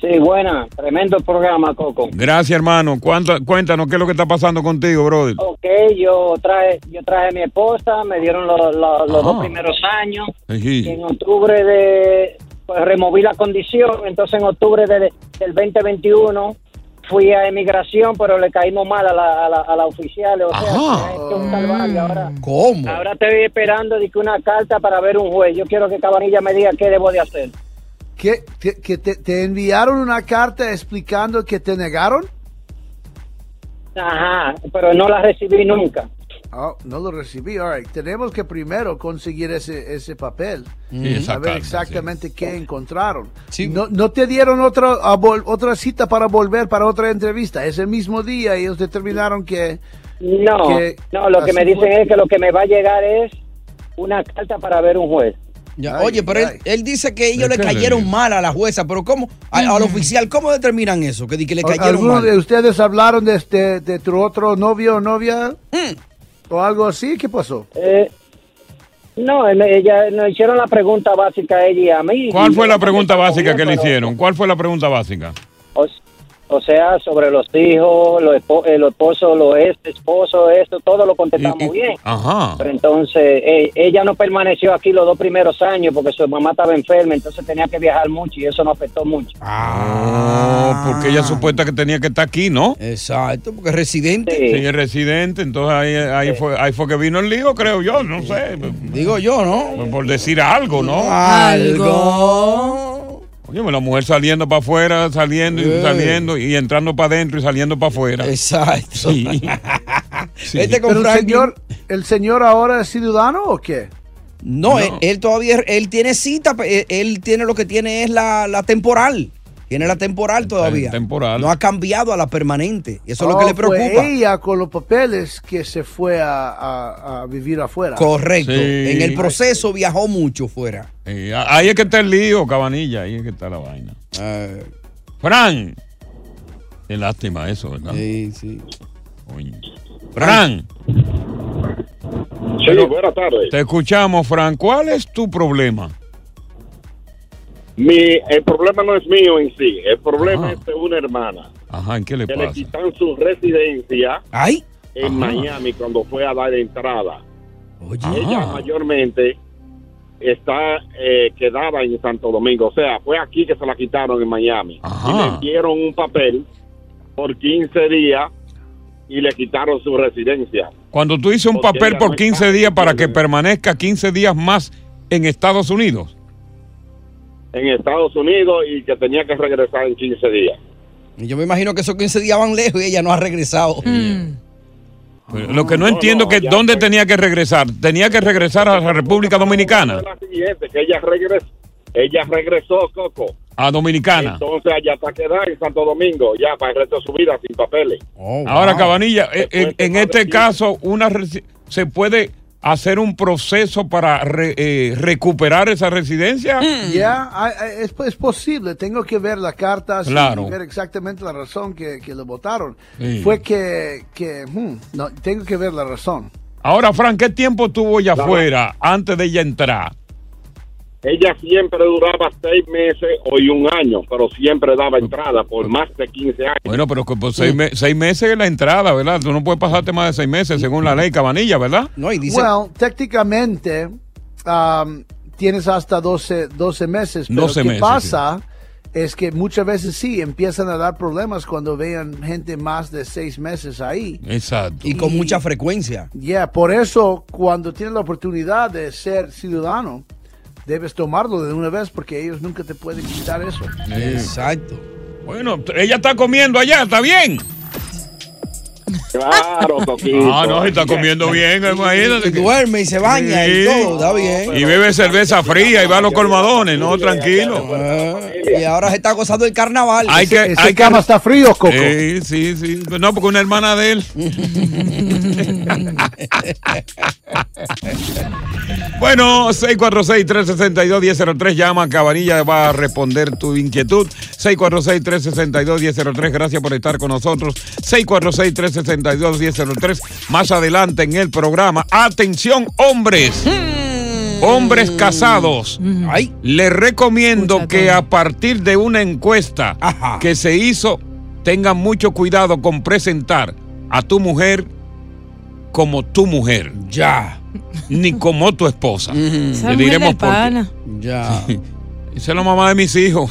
[SPEAKER 14] Sí, buena. Tremendo programa, Coco.
[SPEAKER 6] Gracias, hermano. Cuánta- Cuéntanos qué es lo que está pasando contigo, brother.
[SPEAKER 14] Ok, yo traje, yo traje a mi esposa, me dieron lo- lo- los
[SPEAKER 11] Ah.
[SPEAKER 14] dos primeros años. Y
[SPEAKER 6] Ejí.
[SPEAKER 14] en octubre de. Pues removí la condición, entonces en octubre de- del 2021 fui a emigración, pero le caímos mal a la, a la, a la oficial. O sea, me ha hecho un calvario. ahora,
[SPEAKER 6] Mm.
[SPEAKER 11] ¿Cómo?
[SPEAKER 14] ahora estoy esperando de que una carta para ver un juez. Yo quiero que Cabanilla me diga qué debo de hacer.
[SPEAKER 13] ¿Qué, te, que te, te enviaron una carta explicando que te negaron?
[SPEAKER 14] Ajá, pero no la recibí nunca.
[SPEAKER 13] Oh, no lo recibí. All right. Tenemos que primero conseguir ese, ese papel.
[SPEAKER 6] Sí, esa
[SPEAKER 13] saber
[SPEAKER 6] carta,
[SPEAKER 13] exactamente qué encontraron. No, no te dieron otra, a vol- otra cita para volver para otra entrevista. Ese mismo día ellos determinaron que...
[SPEAKER 14] No,
[SPEAKER 13] que
[SPEAKER 14] no, lo que
[SPEAKER 13] así
[SPEAKER 14] me dicen
[SPEAKER 13] fue.
[SPEAKER 14] es que lo que me va a llegar es una carta para ver un juez.
[SPEAKER 11] Ya, oye, pero él, él dice que ellos le
[SPEAKER 14] ¿De qué le
[SPEAKER 11] cayeron
[SPEAKER 14] digo?
[SPEAKER 11] mal a la jueza, pero ¿cómo? A- Al oficial, ¿cómo determinan eso? Que, di- que le cayeron
[SPEAKER 13] ¿Alguno
[SPEAKER 11] mal.
[SPEAKER 13] de ustedes hablaron de, este, de tu otro novio o novia? ¿O algo así? ¿Qué pasó?
[SPEAKER 14] Eh, no, él- ella nos hicieron la pregunta básica a ella y a mí.
[SPEAKER 6] ¿Cuál
[SPEAKER 14] Y
[SPEAKER 6] fue
[SPEAKER 14] yo
[SPEAKER 6] la pregunta
[SPEAKER 14] contesté
[SPEAKER 6] básica
[SPEAKER 14] bien,
[SPEAKER 6] que le
[SPEAKER 14] pero-
[SPEAKER 6] hicieron? ¿Cuál fue la pregunta básica?
[SPEAKER 14] O, o sea, sobre los hijos, los, espo- el esposo, los ex esposo, esto, todo lo contestamos bien.
[SPEAKER 6] Ajá.
[SPEAKER 14] Pero entonces eh, ella no permaneció aquí los dos primeros años porque su mamá estaba enferma, entonces tenía que viajar mucho y eso nos afectó mucho.
[SPEAKER 6] Ah, porque ella supuesta que tenía que estar aquí, ¿no?
[SPEAKER 11] Exacto, porque es residente.
[SPEAKER 6] Sí, es residente, entonces ahí, ahí fue, ahí fue que vino el lío, creo yo, no sé.
[SPEAKER 11] Digo yo, ¿no?
[SPEAKER 6] Por decir algo, ¿no? Oye, la mujer saliendo para afuera, saliendo y
[SPEAKER 11] Eh.
[SPEAKER 6] saliendo, y entrando para adentro y saliendo para afuera.
[SPEAKER 11] Exacto. Este
[SPEAKER 6] Sí. Sí.
[SPEAKER 13] ¿Pero el señor, el señor ahora es ciudadano o qué?
[SPEAKER 11] No, Él, él todavía, él tiene cita, pe- él, él tiene lo que tiene es la, la temporal. Tiene la temporal todavía.
[SPEAKER 6] temporal.
[SPEAKER 11] No ha cambiado a la permanente. Eso es lo que
[SPEAKER 13] Oh,
[SPEAKER 11] le
[SPEAKER 13] fue
[SPEAKER 11] preocupa.
[SPEAKER 13] ella con los papeles que se fue a, a- a vivir afuera.
[SPEAKER 11] Correcto.
[SPEAKER 6] Sí.
[SPEAKER 11] En el proceso viajó mucho fuera.
[SPEAKER 6] Eh, ahí es que está el lío, cabanilla, ahí es que está la vaina.
[SPEAKER 11] Ah.
[SPEAKER 6] Fran. Qué lástima eso, ¿verdad?
[SPEAKER 11] Sí, sí.
[SPEAKER 6] Fran,
[SPEAKER 15] Sí, pues. buenas tardes.
[SPEAKER 6] te escuchamos, Fran. ¿Cuál es tu problema?
[SPEAKER 15] Mi, el problema no es mío en sí, el problema es de una hermana
[SPEAKER 6] Ah. Ajá, ¿en qué le
[SPEAKER 15] que le
[SPEAKER 6] pasa?
[SPEAKER 15] quitan su residencia
[SPEAKER 11] ¿Ay?
[SPEAKER 15] en
[SPEAKER 6] Ajá.
[SPEAKER 15] Miami cuando fue a dar entrada. Ella mayormente está eh, quedaba en Santo Domingo, o sea, fue aquí que se la quitaron en Miami. Y le dieron un papel por 15 días y le quitaron su residencia.
[SPEAKER 6] Cuando tú dices un
[SPEAKER 15] Porque
[SPEAKER 6] papel
[SPEAKER 15] ella no
[SPEAKER 6] por
[SPEAKER 15] está
[SPEAKER 6] 15 días para que permanezca 15 días más en Estados Unidos.
[SPEAKER 15] en Estados Unidos y que tenía que regresar en 15 días.
[SPEAKER 11] Y yo me imagino que esos 15 días van lejos y ella no ha regresado. Ah.
[SPEAKER 6] Lo que no, entiendo que dónde tenía que regresar. Tenía que regresar a la República Dominicana.
[SPEAKER 15] La siguiente, que ella regresó, ella regresó, Coco.
[SPEAKER 6] A Dominicana.
[SPEAKER 15] Entonces allá está quedada en Santo Domingo, ya para el resto de su vida sin papeles.
[SPEAKER 11] Oh,
[SPEAKER 6] Ahora, Cabanilla, eh, en, en este caso, una resi- se puede hacer un proceso para re- eh, recuperar esa residencia.
[SPEAKER 13] Ya, ah, ah, es, es posible. Tengo que ver la carta sí,
[SPEAKER 6] Claro.
[SPEAKER 13] y ver exactamente la razón que, que lo votaron.
[SPEAKER 6] Sí.
[SPEAKER 13] Fue que, que hmm, no, tengo que ver la razón.
[SPEAKER 6] Ahora, Fran, ¿qué tiempo tuvo ella afuera antes de ella entrar?
[SPEAKER 15] Ella siempre duraba seis meses o y un año, pero siempre daba entrada por más de 15 años.
[SPEAKER 6] Bueno, pero que por seis,
[SPEAKER 15] Mm.
[SPEAKER 6] me- seis meses es la entrada, ¿verdad? Tú no puedes pasarte más de seis meses según la ley Cabanilla, ¿verdad?
[SPEAKER 11] No, y
[SPEAKER 13] Bueno, técnicamente am, tienes hasta 12, 12 meses. Pero
[SPEAKER 6] 12
[SPEAKER 13] ¿qué
[SPEAKER 6] meses,
[SPEAKER 13] pasa? Es que muchas veces sí empiezan a dar problemas cuando vean gente más de seis meses ahí.
[SPEAKER 6] Exacto.
[SPEAKER 11] Y con mucha frecuencia.
[SPEAKER 13] Yeah, por eso cuando tienes la oportunidad de ser ciudadano, debes tomarlo de una vez porque ellos nunca te pueden quitar eso.
[SPEAKER 11] Exacto.
[SPEAKER 6] Bueno, t- ella está comiendo allá, ¿está bien?
[SPEAKER 15] Claro, Coquito.
[SPEAKER 6] Ah, no, se está comiendo bien, imagínate.
[SPEAKER 11] Y duerme y se baña y
[SPEAKER 6] Sí.
[SPEAKER 11] todo, está bien.
[SPEAKER 6] Y bebe cerveza fría y va a los colmadones, ¿no? Tranquilo.
[SPEAKER 11] Y ahora se está gozando del carnaval.
[SPEAKER 6] Hay que, hay que- Eh,
[SPEAKER 13] frío, Coco.
[SPEAKER 6] Sí, sí, sí. No, porque una hermana de él. bueno, 646-362-1003. Llama, Cabanilla va a responder tu inquietud. 646-362-1003. Gracias por estar con nosotros. 646-362-1003. Más adelante en el programa. Atención, hombres. Hombres casados, les recomiendo que a partir de una encuesta que se hizo, tengan mucho cuidado con presentar a tu mujer como tu mujer. Ya. Ni como tu esposa.
[SPEAKER 9] Esa
[SPEAKER 6] Le
[SPEAKER 9] mujer
[SPEAKER 6] diremos
[SPEAKER 9] del
[SPEAKER 6] por qué.
[SPEAKER 9] pana.
[SPEAKER 6] Ya. Esa es la mamá de mis hijos.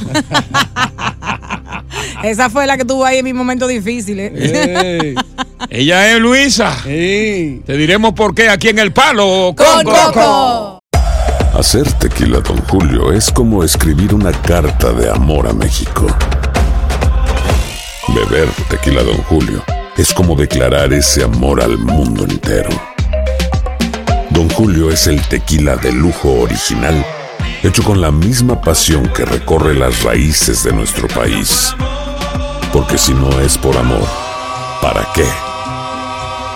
[SPEAKER 9] Esa fue la que tuvo ahí en mi momento difícil. ¿eh?
[SPEAKER 6] Ella es Luisa. Te diremos por qué aquí en el palo. Con Coco.
[SPEAKER 16] Hacer tequila, Don Julio, es como escribir una carta de amor a México. Beber tequila, Don Julio, es como declarar ese amor al mundo entero. Don Julio es el tequila de lujo original, hecho con la misma pasión que recorre las raíces de nuestro país. Porque si no es por amor, ¿para qué?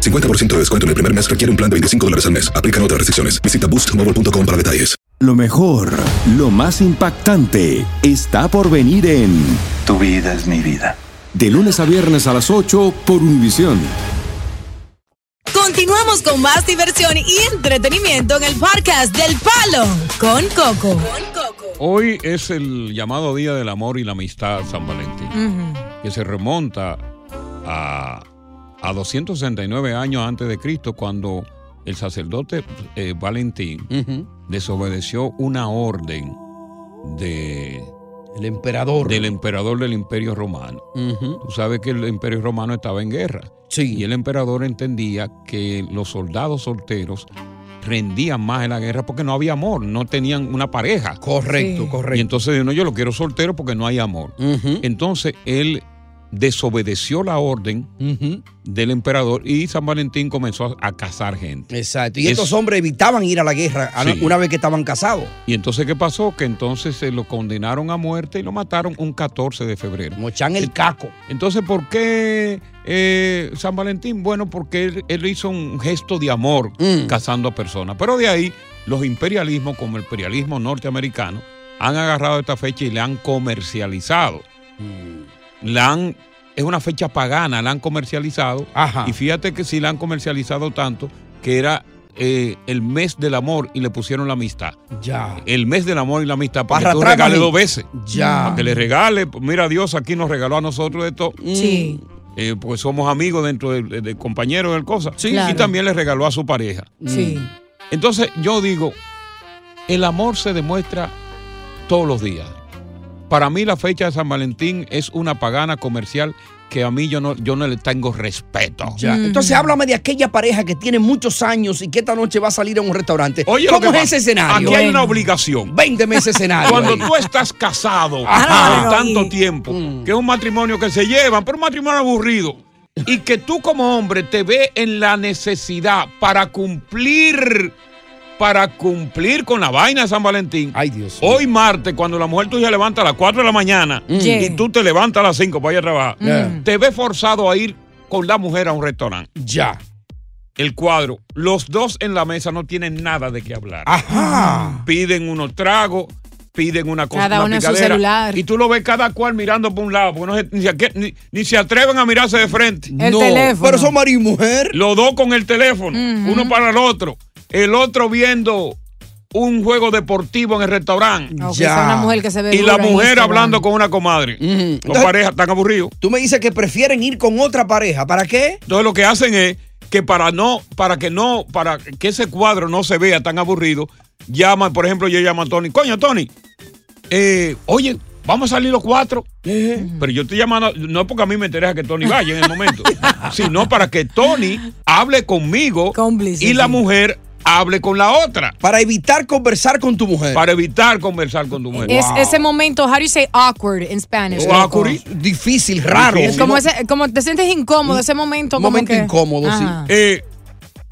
[SPEAKER 12] 50% de descuento en el primer mes requiere un plan de 25 dólares al mes. Aplican otras restricciones. Visita boostmobile.com para detalles.
[SPEAKER 2] Lo mejor, lo más impactante, está por venir en Tu vida es mi vida. De lunes a viernes a las 8 por Univisión.
[SPEAKER 8] Continuamos con más diversión y entretenimiento en el podcast del Palo con Coco.
[SPEAKER 6] Hoy es el llamado Día del Amor y la Amistad San Valentín, que se remonta a, a 269 años antes de Cristo, cuando el sacerdote eh, Valentín desobedeció una orden de... El emperador. Del emperador del imperio romano. Tú sabes que el imperio romano estaba en guerra. Sí. Y el emperador entendía que los soldados solteros rendían más en la guerra porque no había amor, no tenían una pareja.
[SPEAKER 11] Correcto, Sí. correcto.
[SPEAKER 6] Y entonces, no, yo lo quiero soltero porque no hay amor. Entonces, él desobedeció la orden del emperador y San Valentín comenzó a, a cazar gente.
[SPEAKER 11] Exacto. Y
[SPEAKER 6] Es-
[SPEAKER 11] estos hombres evitaban ir a la guerra a-
[SPEAKER 6] Sí.
[SPEAKER 11] una vez que estaban casados.
[SPEAKER 6] Y entonces, ¿qué pasó? Que entonces se lo condenaron a muerte y lo mataron un 14 de febrero.
[SPEAKER 11] Mochan el caco.
[SPEAKER 6] Entonces, ¿por qué eh, San Valentín? Bueno, porque él, él hizo un gesto de amor
[SPEAKER 11] Mm.
[SPEAKER 6] cazando a personas. Pero de ahí, los imperialismos, como el imperialismo norteamericano, han agarrado esta fecha y la han comercializado.
[SPEAKER 11] Mm.
[SPEAKER 6] La han. Es una fecha pagana, la han comercializado. Y fíjate que sí la han comercializado tanto que era eh, el mes del amor y le pusieron la amistad
[SPEAKER 11] Ya.
[SPEAKER 6] el mes del amor y la amistad para
[SPEAKER 11] Barra
[SPEAKER 6] que tú
[SPEAKER 11] atrás,
[SPEAKER 6] regales
[SPEAKER 11] maní.
[SPEAKER 6] dos veces.
[SPEAKER 11] Ya.
[SPEAKER 6] Para que le regale, pues, mira Dios aquí nos regaló a nosotros esto.
[SPEAKER 11] Sí.
[SPEAKER 6] Eh, pues somos amigos dentro de, de- de compañeros del cosa.
[SPEAKER 11] Sí. Claro. Mm.
[SPEAKER 6] Y también le regaló a su pareja.
[SPEAKER 11] Sí.
[SPEAKER 6] Entonces yo digo, el amor se demuestra todos los días. Para mí la fecha de San Valentín es una pagana comercial que a mí yo no, yo no le tengo respeto.
[SPEAKER 11] Ya. Entonces háblame de aquella pareja que tiene muchos años y que esta noche va a salir a un restaurante.
[SPEAKER 6] Oye, lo
[SPEAKER 11] ¿Cómo
[SPEAKER 6] que
[SPEAKER 11] es ese
[SPEAKER 6] pasa.
[SPEAKER 11] escenario?
[SPEAKER 6] Aquí hay una obligación.
[SPEAKER 11] Véndeme ese escenario.
[SPEAKER 6] Cuando
[SPEAKER 11] ahí. Ah, Mm.
[SPEAKER 6] tú estás casado
[SPEAKER 11] Ajá.
[SPEAKER 6] por tanto tiempo, que es un matrimonio que se llevan, pero un matrimonio aburrido, y que tú como hombre te ve en la necesidad para cumplir, para cumplir con la vaina de San Valentín.
[SPEAKER 11] Ay, Dios. Mm.
[SPEAKER 6] Hoy martes, cuando la mujer tuya levanta a las 4 de la mañana
[SPEAKER 11] Yeah.
[SPEAKER 6] y tú te levantas a las 5 para ir a trabajar,
[SPEAKER 11] Yeah.
[SPEAKER 6] te ve forzado a ir con la mujer a un restaurante.
[SPEAKER 11] Ya.
[SPEAKER 6] El cuadro, los dos en la mesa no tienen nada de qué hablar piden unos tragos, piden una cosa.
[SPEAKER 9] Cada
[SPEAKER 6] una
[SPEAKER 9] uno en su
[SPEAKER 6] picadera,
[SPEAKER 9] celular.
[SPEAKER 6] Y tú lo ves cada cual mirando por un lado, porque no se- ni, se, aque- ni- ni se atreven a mirarse de frente.
[SPEAKER 9] El No, teléfono. pero son
[SPEAKER 11] marido y mujer.
[SPEAKER 6] Los dos con el teléfono,
[SPEAKER 9] Ujú.
[SPEAKER 6] uno para el otro, el otro viendo un juego deportivo en el restaurante.
[SPEAKER 9] O quizá una mujer que se ve
[SPEAKER 6] y la
[SPEAKER 9] dura en
[SPEAKER 6] mujer
[SPEAKER 9] Instagram.
[SPEAKER 6] hablando con una comadre. Los
[SPEAKER 11] Entonces-
[SPEAKER 6] parejas están aburridos.
[SPEAKER 11] Tú me dices que prefieren ir con otra pareja. ¿Para qué?
[SPEAKER 6] Entonces lo que hacen es que para no, para que no, para que ese cuadro no se vea tan aburrido, llaman, por ejemplo, yo llamo a Tony, coño, Tony, eh, oye, vamos a salir los cuatro. Pero yo estoy llamando, no es porque a mí me interesa que Tony vaya en el momento, sino para que Tony hable conmigo y la mujer hable con la otra.
[SPEAKER 11] Para evitar conversar con tu mujer.
[SPEAKER 6] Para evitar conversar con tu mujer.
[SPEAKER 9] Es ese momento, how do you say awkward in Spanish? Coco?
[SPEAKER 11] Difícil, raro.
[SPEAKER 9] Es como, ese, como te sientes incómodo, ese momento.
[SPEAKER 11] Un momento
[SPEAKER 9] como que,
[SPEAKER 11] incómodo, sí.
[SPEAKER 9] Ajá.
[SPEAKER 6] Eh,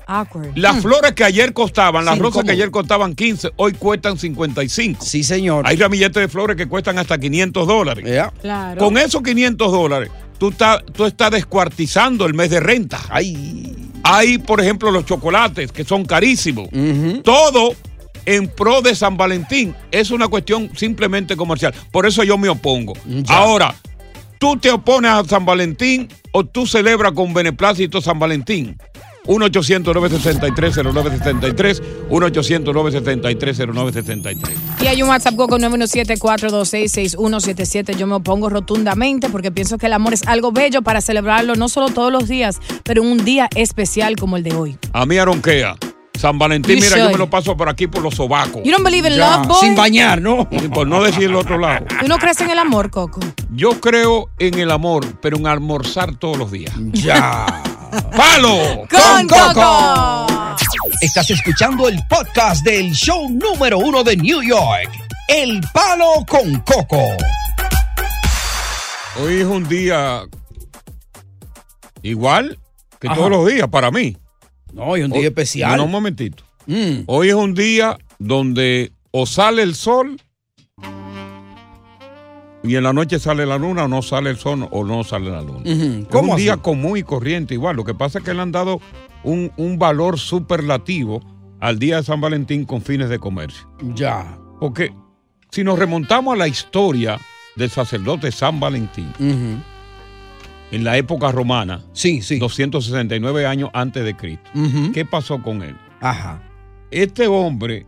[SPEAKER 9] Awkward.
[SPEAKER 6] Las
[SPEAKER 9] Mm.
[SPEAKER 6] flores que ayer costaban, las
[SPEAKER 9] Sí,
[SPEAKER 6] rosas
[SPEAKER 9] ¿cómo?
[SPEAKER 6] que ayer costaban 15, hoy cuestan 55.
[SPEAKER 11] Sí, señor.
[SPEAKER 6] Hay ramilletes de flores que cuestan hasta 500 dólares.
[SPEAKER 9] Claro.
[SPEAKER 6] Con esos 500 dólares, tú, estás- tú estás descuartizando el mes de renta. Hay, por ejemplo, los chocolates, que son carísimos. Todo en pro de San Valentín. Es una cuestión simplemente comercial. Por eso yo me opongo. Ahora, ¿tú te opones a San Valentín o tú celebras con beneplácito San Valentín? 1-800-963-0973, 1-800-963-0973.
[SPEAKER 9] Y hay un WhatsApp Coco 917-426-6177. Yo me opongo rotundamente porque pienso que el amor es algo bello para celebrarlo no solo todos los días, pero en un día especial como el de hoy.
[SPEAKER 6] A mí aronquea. San Valentín,
[SPEAKER 9] You
[SPEAKER 6] mira, yo
[SPEAKER 9] should.
[SPEAKER 6] me lo paso por aquí por los sobacos.
[SPEAKER 9] You don't believe in love, boy? Sin
[SPEAKER 11] bañar, ¿no?
[SPEAKER 6] Por no decir el otro lado.
[SPEAKER 9] ¿Tú no crees en el amor, Coco?
[SPEAKER 6] Yo creo en el amor, pero en almorzar todos los días.
[SPEAKER 11] Ya.
[SPEAKER 6] ¡Palo!
[SPEAKER 11] con Coco. Estás escuchando el podcast del show número uno de New York, El Palo con Coco.
[SPEAKER 6] Hoy es un día igual que
[SPEAKER 11] Ajá.
[SPEAKER 6] todos los días para mí.
[SPEAKER 11] No, hoy es un día especial. Mm.
[SPEAKER 6] No, no, un momentito. Hoy es un día donde o sale el sol y en la noche sale la luna o no sale el sol o no sale la luna.
[SPEAKER 11] Ujú.
[SPEAKER 6] Es
[SPEAKER 11] ¿Cómo
[SPEAKER 6] un
[SPEAKER 11] así?
[SPEAKER 6] día común y corriente igual. Lo que pasa es que le han dado un, un valor superlativo al día de San Valentín con fines de comercio.
[SPEAKER 11] Ya.
[SPEAKER 6] Porque si nos remontamos a la historia del sacerdote San Valentín, en la época romana,
[SPEAKER 11] sí, sí.
[SPEAKER 6] 269 años antes de Cristo, ¿qué pasó con él?
[SPEAKER 11] Ajá.
[SPEAKER 6] Este hombre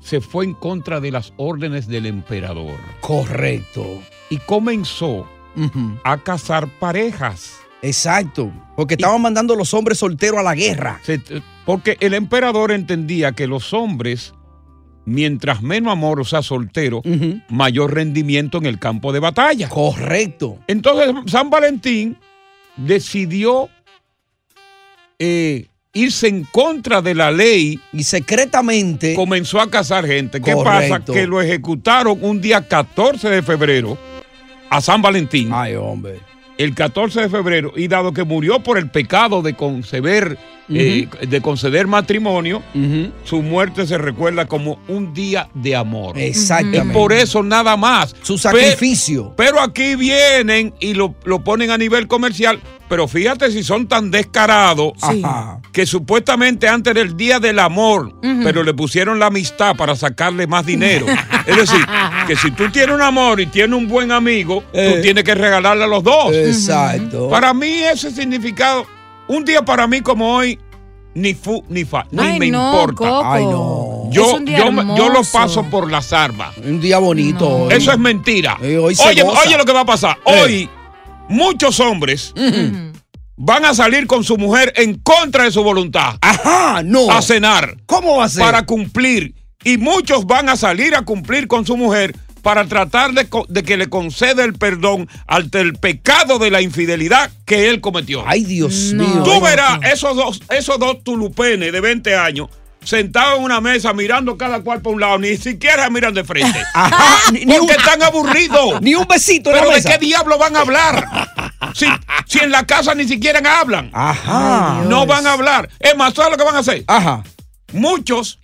[SPEAKER 6] se fue en contra de las órdenes del emperador.
[SPEAKER 11] Correcto.
[SPEAKER 6] Y comenzó a cazar parejas.
[SPEAKER 11] Exacto. Porque estaban mandando los hombres solteros a la guerra.
[SPEAKER 6] Se- eh, porque el emperador entendía que los hombres, mientras menos amor, o sea, soltero, mayor rendimiento en el campo de batalla.
[SPEAKER 11] Correcto.
[SPEAKER 6] Entonces, San Valentín decidió eh, irse en contra de la ley.
[SPEAKER 11] Y secretamente.
[SPEAKER 6] Comenzó a cazar gente. ¿Qué
[SPEAKER 11] Correcto.
[SPEAKER 6] pasa? Que lo ejecutaron un día 14 de febrero a San Valentín.
[SPEAKER 11] Ay, hombre.
[SPEAKER 6] El 14 de febrero, y dado que murió por el pecado de conceder, eh, de conceder matrimonio, su muerte se recuerda como un día de amor.
[SPEAKER 11] Exactamente.
[SPEAKER 6] Es por eso nada más.
[SPEAKER 11] Su sacrificio.
[SPEAKER 6] Pero, aquí vienen y lo, lo ponen a nivel comercial. Pero fíjate si son tan descarados
[SPEAKER 11] Sí. Ajá.
[SPEAKER 6] que supuestamente antes era el día del amor, pero le pusieron la amistad para sacarle más dinero. es decir, que si tú tienes un amor y tienes un buen amigo,
[SPEAKER 9] Eh.
[SPEAKER 6] tú tienes que regalarle a los dos.
[SPEAKER 11] Exacto.
[SPEAKER 6] Para mí ese significado, un día para mí como hoy, ni fu ni fa, ni
[SPEAKER 9] Ay,
[SPEAKER 6] me
[SPEAKER 9] no,
[SPEAKER 6] importa.
[SPEAKER 9] Coco. Ay,
[SPEAKER 11] no.
[SPEAKER 9] Es
[SPEAKER 6] Yo,
[SPEAKER 9] un día
[SPEAKER 6] yo, me- yo lo
[SPEAKER 9] hermoso.
[SPEAKER 6] paso por las armas.
[SPEAKER 11] Un día bonito. hoy.
[SPEAKER 6] Eso es mentira.
[SPEAKER 11] Eh, hoy se
[SPEAKER 6] oye,
[SPEAKER 11] goza. Eh.
[SPEAKER 6] oye lo que va a pasar. Hoy muchos hombres van a salir con su mujer en contra de su voluntad.
[SPEAKER 11] Ajá, no.
[SPEAKER 6] A cenar.
[SPEAKER 11] ¿Cómo va a ser?
[SPEAKER 6] Para cumplir. Y muchos van a salir a cumplir con su mujer para tratar de, co- de que le conceda el perdón ante el pecado de la infidelidad que él cometió.
[SPEAKER 11] Ay, Dios mío.
[SPEAKER 6] Tú verás esos dos, esos dos tulupenes de 20 años sentados en una mesa mirando cada cual por un lado, ni siquiera miran de frente.
[SPEAKER 11] Ajá, ni- ni
[SPEAKER 6] porque
[SPEAKER 11] un-
[SPEAKER 6] están aburridos.
[SPEAKER 11] Ni un besito en la
[SPEAKER 6] Pero
[SPEAKER 11] mesa.
[SPEAKER 6] de qué diablo van a hablar. Si, si en la casa ni siquiera hablan.
[SPEAKER 11] Ajá.
[SPEAKER 6] No van a hablar. Es más, ¿sabes lo que van a hacer?
[SPEAKER 11] Ajá.
[SPEAKER 6] Muchos,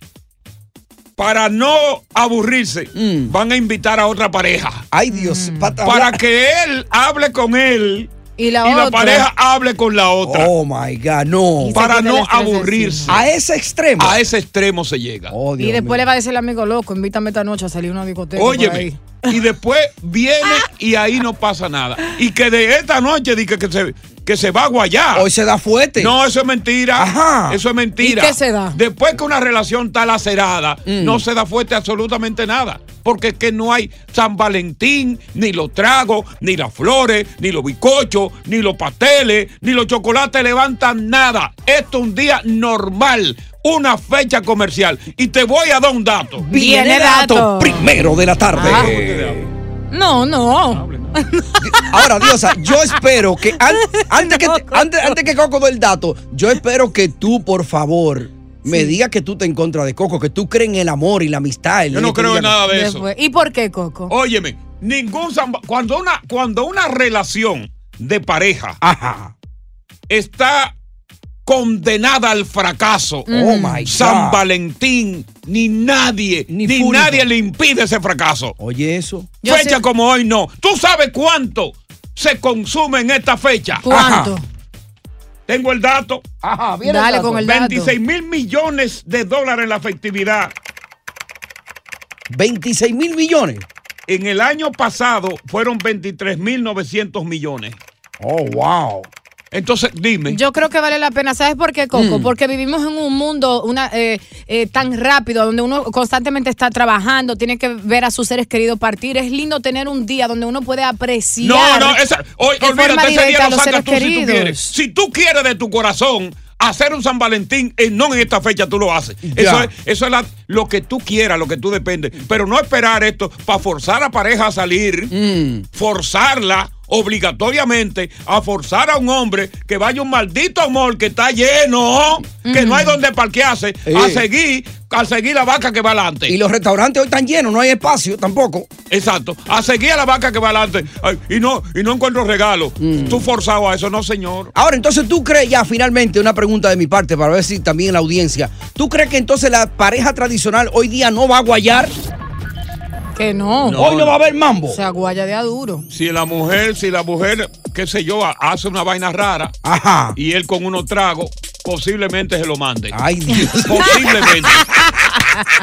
[SPEAKER 6] para no aburrirse, van a invitar a otra pareja.
[SPEAKER 11] Mm. Ay, Dios.
[SPEAKER 6] Para que él hable con él
[SPEAKER 9] Y
[SPEAKER 6] y la pareja hable con la otra.
[SPEAKER 11] Oh my God, no.
[SPEAKER 6] Y Para no aburrirse.
[SPEAKER 11] A ese extremo.
[SPEAKER 6] A ese extremo se llega.
[SPEAKER 9] y después le va a decir el amigo loco, invítame esta noche a salir a una discoteca. por ahí".
[SPEAKER 6] Óyeme. Y después viene y ahí no pasa nada. Y que de esta noche diga que se, que se va a guayar.
[SPEAKER 11] Hoy se da fuerte.
[SPEAKER 6] No, eso es mentira.
[SPEAKER 11] Ajá.
[SPEAKER 6] Eso es mentira.
[SPEAKER 9] ¿Y qué se da?
[SPEAKER 6] Después que una relación está lacerada,
[SPEAKER 11] Mm.
[SPEAKER 6] no se da fuerte absolutamente nada. Porque es que no hay San Valentín, ni los tragos, ni las flores, ni los bizcochos, ni los pasteles, ni los chocolates levantan nada. Esto es un día normal, una fecha comercial. Y te voy a dar un dato.
[SPEAKER 11] Viene dato primero de la tarde.
[SPEAKER 6] Ah.
[SPEAKER 9] No, no.
[SPEAKER 11] Ahora, Diosa, yo espero que an- antes, que te- antes, antes que Coco dé el dato, yo espero que tú, por favor, me digas que tú te en contra de Coco, que tú crees en el amor y la amistad.
[SPEAKER 6] Yo no creo en nada de eso.
[SPEAKER 9] Después- ¿Y por qué, Coco?
[SPEAKER 6] Óyeme, ningún zamba- cuando una cuando una relación de pareja está condenada al fracaso.
[SPEAKER 9] Mm.
[SPEAKER 11] Oh, my God.
[SPEAKER 6] San Valentín, ni nadie, ni,
[SPEAKER 11] Fúrico.
[SPEAKER 6] nadie le impide ese fracaso.
[SPEAKER 11] Oye, eso.
[SPEAKER 9] Yo
[SPEAKER 6] fecha
[SPEAKER 9] sé-
[SPEAKER 6] como hoy no. ¿Tú sabes cuánto se consume en esta fecha?
[SPEAKER 9] ¿Cuánto?
[SPEAKER 6] Ajá. Tengo el dato. Ajá,
[SPEAKER 9] viene el Dale dato. con el dato.
[SPEAKER 6] 26 mil millones de dólares en la efectividad.
[SPEAKER 11] 26 mil millones.
[SPEAKER 6] En el año pasado fueron 23 mil 900 millones.
[SPEAKER 11] Oh, wow.
[SPEAKER 6] Entonces, dime.
[SPEAKER 9] Yo creo que vale la pena. ¿Sabes por qué,
[SPEAKER 11] Mm.
[SPEAKER 9] Coco? Porque vivimos en un mundo una, eh, eh, tan rápido, donde uno constantemente está trabajando, tiene que ver a sus seres queridos partir. Es lindo tener un día donde uno puede apreciar.
[SPEAKER 6] No, no, esa, hoy,
[SPEAKER 9] de forma
[SPEAKER 6] olvídate, ese
[SPEAKER 9] directa
[SPEAKER 6] día
[SPEAKER 9] a
[SPEAKER 6] lo
[SPEAKER 9] los seres
[SPEAKER 6] sacas tú si tú
[SPEAKER 9] queridos.
[SPEAKER 6] quieres. Si tú quieres de tu corazón hacer un San Valentín, eh, no en esta fecha tú lo haces. Eso es, eso es la- lo que tú quieras, lo que tú dependes. Pero no esperar esto para forzar a pareja a salir, forzarla obligatoriamente a forzar a un hombre que vaya a un maldito amor que está lleno, que no hay donde parquearse, a
[SPEAKER 11] Sí.
[SPEAKER 6] seguir, a seguir la vaca que va adelante.
[SPEAKER 11] Y los restaurantes hoy están llenos, no hay espacio tampoco.
[SPEAKER 6] Exacto. A seguir a la vaca que va adelante. Ay, y no, y no encuentro regalo.
[SPEAKER 11] Mm.
[SPEAKER 6] Tú forzado a eso, no, señor.
[SPEAKER 11] Ahora, entonces tú crees, ya finalmente, una pregunta de mi parte para ver si también la audiencia. ¿Tú crees que entonces la pareja tradicional hoy día no va a guayar?
[SPEAKER 9] Que no.
[SPEAKER 11] Hoy no va a haber mambo.
[SPEAKER 9] Se aguaya de a duro.
[SPEAKER 6] Si la mujer, si la mujer, qué sé yo, ha- hace una vaina rara y él con unos tragos, posiblemente se lo mande.
[SPEAKER 11] Ay, Dios.
[SPEAKER 6] Posiblemente.